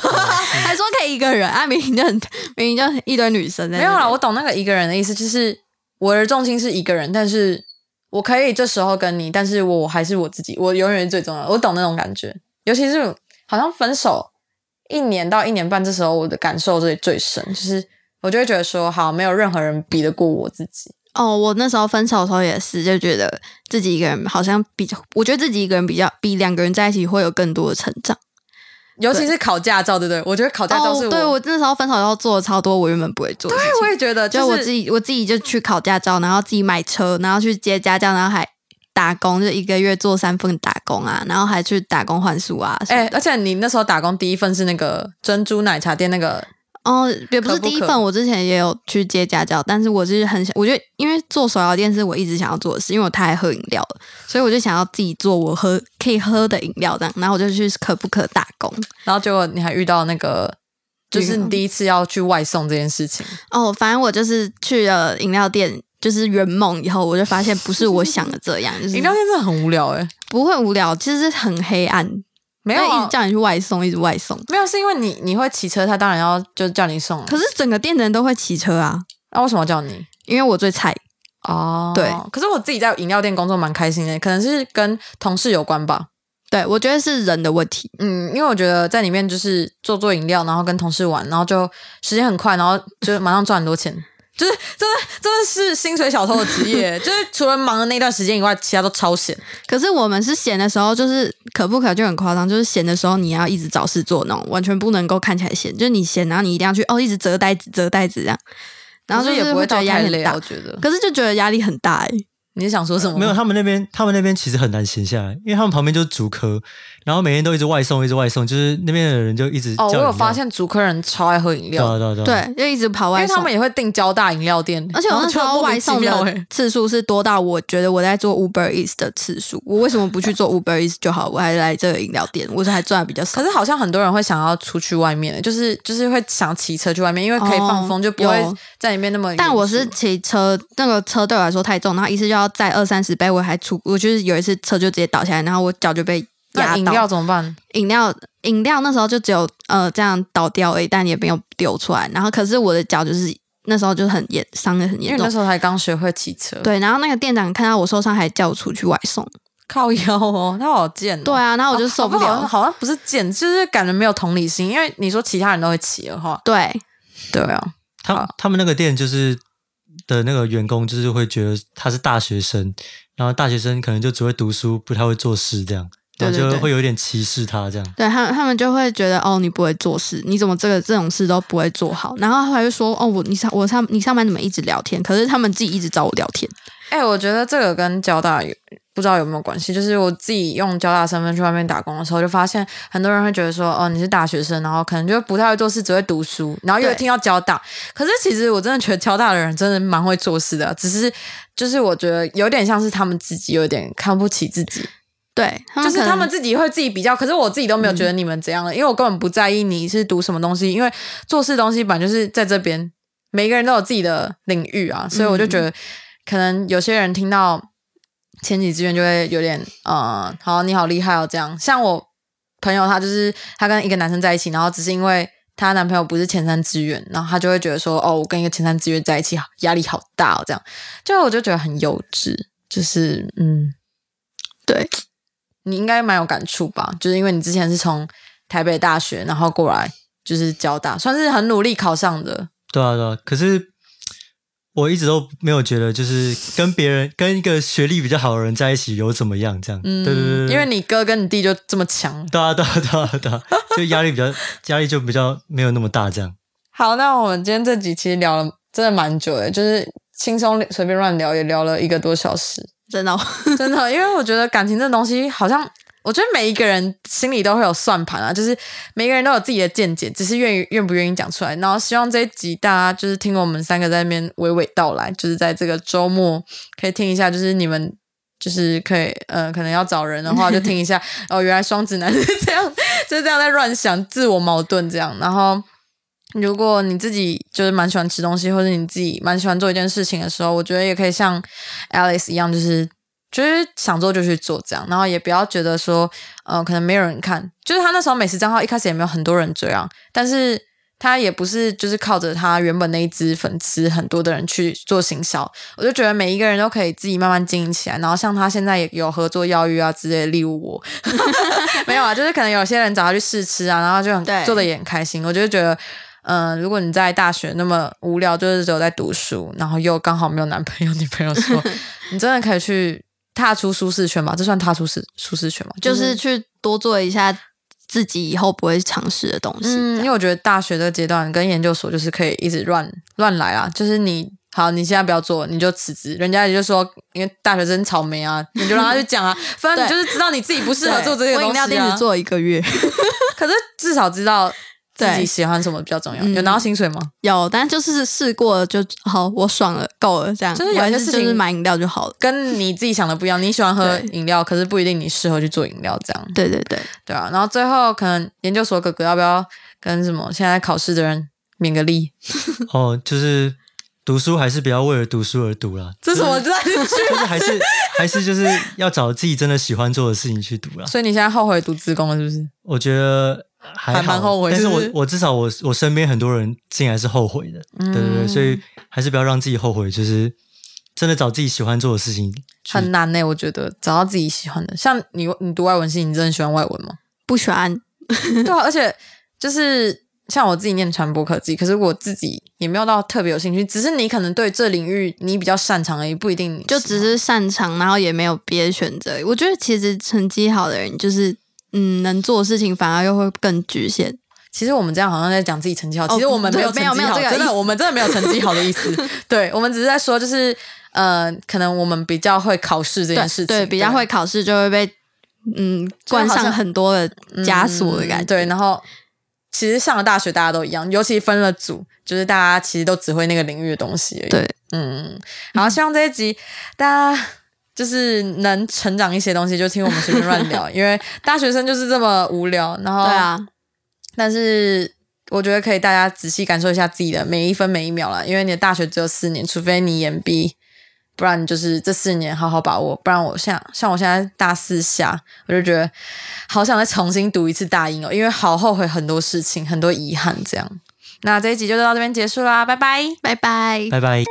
Speaker 4: 还说可以一个人啊，明明就很明明就一堆女生在那
Speaker 3: 没
Speaker 4: 边
Speaker 3: 有啦，我懂那个一个人的意思，就是我的重心是一个人，但是我可以这时候跟你，但是我还是我自己，我永远是最重要的。我懂那种感觉，尤其是好像分手一年到一年半，这时候我的感受最最深，就是我就会觉得说，好，没有任何人比得过我自己。
Speaker 4: 哦，我那时候分手的时候也是，就觉得自己一个人好像比较，我觉得自己一个人比较比两个人在一起会有更多的成长。
Speaker 3: 尤其是考驾照，对不对？我觉得考驾照
Speaker 4: 哦
Speaker 3: 是，
Speaker 4: 对
Speaker 3: 我
Speaker 4: 我那时候分手以后做了超多我原本不会做的事情，
Speaker 3: 我也觉得，
Speaker 4: 就我自己我自己就去考驾照，然后自己买车，然后去接家教，然后还打工，就一个月做三份打工啊，然后还去打工换宿啊。
Speaker 3: 哎、
Speaker 4: 哎、
Speaker 3: 而且你那时候打工第一份是那个珍珠奶茶店那个，
Speaker 4: 哦，也不是
Speaker 3: 可不
Speaker 4: 第一
Speaker 3: 可
Speaker 4: 份，我之前也有去接家教，但是我就是很想，我觉得因为做手摇店是我一直想要做的事，因为我太爱喝饮料了，所以我就想要自己做我喝可以喝的饮料这样，然后我就去可不可打工。
Speaker 3: 然后结果你还遇到那个，就是你第一次要去外送这件事情。
Speaker 4: 哦，反正我就是去了饮料店。就是圆梦以后，我就发现不是我想的这样，就是
Speaker 3: 饮料店真的很无聊哎、
Speaker 4: 不会无聊，其实很黑暗，没
Speaker 3: 没有
Speaker 4: 一
Speaker 3: 啊
Speaker 4: 直叫你去外送，一直外送。
Speaker 3: 没有，是因为你你会骑车，他当然要就叫你送。
Speaker 4: 可是整个店的人都会骑车啊，
Speaker 3: 那、为什么要叫你？
Speaker 4: 因为我最菜。
Speaker 3: 哦
Speaker 4: 对
Speaker 3: 可是我自己在饮料店工作蛮开心的，可能是跟同事有关吧。
Speaker 4: 对，我觉得是人的问题。
Speaker 3: 嗯，因为我觉得在里面就是做做饮料，然后跟同事玩，然后就时间很快，然后就马上赚很多钱， 就是真的真的是薪水小偷的职 业，就是除了忙的那段时间以外，其他都超闲。
Speaker 4: 可是我们是闲的时候，就是可不可就很夸张，就是闲的时候你要一直找事做那种，完全不能够看起来闲。就是你闲，然后你一定要去哦，一直折袋子折袋子这样。然后
Speaker 3: 可
Speaker 4: 就是
Speaker 3: 也不
Speaker 4: 会觉
Speaker 3: 到
Speaker 4: 得压
Speaker 3: 太
Speaker 4: 力
Speaker 3: 累
Speaker 4: 很
Speaker 3: 啊，
Speaker 4: 大
Speaker 3: 我，觉得。
Speaker 4: 可是就觉得压力很大哎、
Speaker 3: 你是想说什么？
Speaker 2: 没有，他们那边他们那边其实很难闲下来，因为他们旁边就是竹科，然后每天都一直外送，一直外送，就是那边的人就一直叫
Speaker 3: 哦，我
Speaker 2: 饮
Speaker 3: 有
Speaker 2: 料
Speaker 3: 发，现竹科人超爱喝饮
Speaker 2: 对啊
Speaker 3: 料，
Speaker 2: 对啊对啊，
Speaker 4: 对，就一直跑
Speaker 3: 嗯因
Speaker 4: 外
Speaker 3: 为
Speaker 4: 送，
Speaker 3: 他们也会订交大饮料店，
Speaker 4: 而且
Speaker 3: 然
Speaker 4: 我
Speaker 3: 后
Speaker 4: 那时
Speaker 3: 就
Speaker 4: 候
Speaker 3: 莫
Speaker 4: 外
Speaker 3: 名其
Speaker 4: 送
Speaker 3: 妙
Speaker 4: 的
Speaker 3: 欸
Speaker 4: 次数是多到我觉得我在做 Uber Eats 的次数，我为什么不去做 Uber Eats 就好？我还来这个饮料店，我是还赚的比较少
Speaker 3: 可。是好像很多人会想要出去外面欸，就是就是会想骑车去外面，因为可以放风，
Speaker 4: 哦
Speaker 3: 就不会
Speaker 4: 有
Speaker 3: 在里面那么严肃。
Speaker 4: 但我是骑车，那个车对我来说太重，然后一次就要载二三十杯，我还出，我就是有一次车就直接倒下来，然后我脚就被压
Speaker 3: 那
Speaker 4: 到。
Speaker 3: 饮料怎么办？
Speaker 4: 饮料饮料那时候就只有呃这样倒掉而已，但也没有丢出来。然后可是我的脚就是那时候就很严，伤的很
Speaker 3: 因为
Speaker 4: 严
Speaker 3: 那
Speaker 4: 重。
Speaker 3: 时候才刚学会骑车，，
Speaker 4: 对，然后那个店长看到我受伤，还叫我出去外送。
Speaker 3: 靠腰哦，他好贱哦。
Speaker 4: 对啊，然后
Speaker 3: 哦，
Speaker 4: 我就受不了。
Speaker 3: 好像好像不是贱，就是感觉没有同理心。因为你说其他人都会骑的话，
Speaker 4: 对，
Speaker 3: 对啊，
Speaker 2: 他他们那个店就是的那个员工，就是会觉得他是大学生，然后大学生可能就只会读书，不太会做事这样，
Speaker 4: 对
Speaker 2: 然
Speaker 4: 对
Speaker 2: 后就
Speaker 4: 对
Speaker 2: 会有点歧视他这样。
Speaker 4: 对他们他们就会觉得哦，你不会做事，你怎么这个这种事都不会做好？然后还会说哦，我你上我上你上班怎么一直聊天？可是他们自己一直找我聊天。
Speaker 3: 哎、我觉得这个跟交大有不知道有没有关系。就是我自己用交大身份去外面打工的时候，就发现很多人会觉得说，哦，你是大学生，然后可能就不太会做事，只会读书，然后又
Speaker 4: 对
Speaker 3: 听到交大。可是其实我真的觉得交大的人真的蛮会做事的，只是就是我觉得有点像是他们自己有点看不起自己，
Speaker 4: 对，他
Speaker 3: 就是
Speaker 4: 可
Speaker 3: 他
Speaker 4: 能嗯
Speaker 3: 们自己会自己比较。可是我自己都没有觉得你们怎样了，因为我根本不在意你是读什么东西，因为做事东西本来就是在这边，每个人都有自己的领域啊，所以我就觉得可能有些人听到前几志愿就会有点呃，好，你好厉害哦，这样。像我朋友，他就是他跟一个男生在一起，然后只是因为。她男朋友不是前三志愿，然后她就会觉得说：“哦，我跟一个前三志愿在一起，压力好大哦。”这样，就我就觉得很幼稚，就是嗯，
Speaker 4: 对
Speaker 3: 你应该蛮有感触吧？就是因为你之前是从台北大学，然后过来就是交大，算是很努力考上的。
Speaker 2: 对啊，对啊。可是我一直都没有觉得，就是跟别人跟一个学历比较好的人在一起有怎么样这样。
Speaker 3: 嗯，
Speaker 2: 对对对对，
Speaker 3: 因为你哥跟你弟就这么强。
Speaker 2: 对啊对啊对啊对啊，就压力比 较压力就比较没有那么大这样。
Speaker 3: 好，那我们今天这几期聊了真的蛮久的，就是轻松随便乱聊，也聊了一个多 小时，
Speaker 4: 真 的哦、
Speaker 3: 真的。因为我觉得感情这东西，好像我觉得每一个人心里都会有算盘啊，就是每个人都有自己的见解，只是愿意愿不愿意讲出来。然后希望这一集大家就是听我们三个在那边娓娓道来，就是在这个周末可以听一下，就是你们。就是可以，呃，可能要找人的话，就听一下。哦，原来双子男是 这样，就是这样在乱想，自我矛盾这样。然后，如果你自己就是蛮喜欢吃东西，或者你自己蛮喜欢做一件事情的时候，我觉得也可以像 Alice 一样，就是就是想做就去做这样，然后也不要觉得说，呃，可能没有人看。就是他那时候美食账号一开始也没有很多人追啊，但是他也不是就是靠着他原本那一支粉丝很多的人去做行销。我就觉得每一个人都可以自己慢慢经营起来。然后像他现在也有合作邀约啊之类的，例如 我， 没有啊，就是可能有些人找他去试吃啊，然后就很
Speaker 4: 对
Speaker 3: 做的也很开心。我就觉得。嗯，如果你在大学那么无聊，就是只有在读书，然后又刚好没有男朋友、女朋友的时 候，你真的可以去踏出舒适圈吧？这算踏出舒舒适圈吗？
Speaker 4: 就是去多做一下自己以后不会尝试的东西。
Speaker 3: 嗯，因为我觉得大学的阶段跟研究所就是可以一直乱乱来啦，就是你好，你现在不要做，你就辞职，人家也就说，因为大学生草莓啊，你就让他去讲 啊，反正你就是知道你自己不适合做这些
Speaker 4: 我
Speaker 3: 东
Speaker 4: 饮
Speaker 3: 西
Speaker 4: 料店
Speaker 3: 啊
Speaker 4: 只，做一个月，
Speaker 3: 可是至少知道自己
Speaker 4: 对
Speaker 3: 喜欢什么比较重要。
Speaker 4: 嗯
Speaker 3: 有拿到薪水吗？
Speaker 4: 有，但就是试过了就好，我爽了，够了，这样。
Speaker 3: 就是有
Speaker 4: 我还
Speaker 3: 些事情
Speaker 4: 就是买饮料就好了。
Speaker 3: 跟你自己想的不一样，你喜欢喝
Speaker 4: 对
Speaker 3: 饮料，可是不一定你适合去做饮料这样。
Speaker 4: 对对对，
Speaker 3: 对啊，然后最后可能研究所哥哥要不要跟什么现在考试的人免个力？
Speaker 2: 哦，就是读书还是不要为了读书而读啦，
Speaker 3: 这 是我烂剧。
Speaker 2: 就是还是还是就是要找自己真的喜欢做的事情去读啦。
Speaker 3: 所以你现在后悔读职工了是不是？
Speaker 2: 我觉得还好，
Speaker 3: 还蛮后悔
Speaker 2: 但
Speaker 3: 是
Speaker 2: 是
Speaker 3: 不
Speaker 2: 我
Speaker 3: 是
Speaker 2: 我至少我我身边很多人竟然是后悔的，对
Speaker 3: 嗯
Speaker 2: 对对，所以还是不要让自己后悔，就是真的找自己喜欢做的事情去。
Speaker 3: 很难呢、欸我觉得找到自己喜欢的，像你，你读外文系，你真的喜欢外 文吗？
Speaker 4: 不喜欢。
Speaker 3: 对啊，而且就是像我自己念传播科技，可是我自己也没有到特别有兴趣，只是你可能对这领域你比较擅长而已，不一定你
Speaker 4: 就
Speaker 3: 喜
Speaker 4: 只
Speaker 3: 欢
Speaker 4: 是擅长，然后也没有别的选择。我觉得其实成绩好的人，就是嗯，能做的事情反而又会更局限。
Speaker 3: 其实我们这样好像在讲自己成绩好，
Speaker 4: 哦
Speaker 3: 其实我们没有
Speaker 4: 对
Speaker 3: 成
Speaker 4: 没有
Speaker 3: 绩好，
Speaker 4: 没有这个
Speaker 3: 真
Speaker 4: 意
Speaker 3: 的，
Speaker 4: 思
Speaker 3: 我们真的没有成绩好的意 思。对，我们只是在说，就是呃，可能我们比较会考试这件事情，
Speaker 4: 对对，比较会考试就会被嗯冠
Speaker 3: 好
Speaker 4: 上
Speaker 3: 像
Speaker 4: 很多的枷锁的感
Speaker 3: 嗯
Speaker 4: 觉。
Speaker 3: 对，然后其实上了大学大家都一样，尤其分了组，就是大家其实都只会那个领域的东西而已。
Speaker 4: 对，
Speaker 3: 嗯，好， 希望这一集大家。就是能成长一些东西，就听我们随便乱 聊，因为大学生就是这么无聊。然后，
Speaker 4: 对，啊，
Speaker 3: 但是我觉得可以大家仔细感受一下自己的每一分每一秒啦，因为你的大学只有四年，除非你延毕，不然你就是这四年好好把握。不然我像像我现在大四下，我就觉得好想再重新读一次大一哦，因为好后悔很多事情，很多遗憾这样。那这一集就到这边结束啦，拜拜。
Speaker 4: 拜拜。
Speaker 2: 拜拜。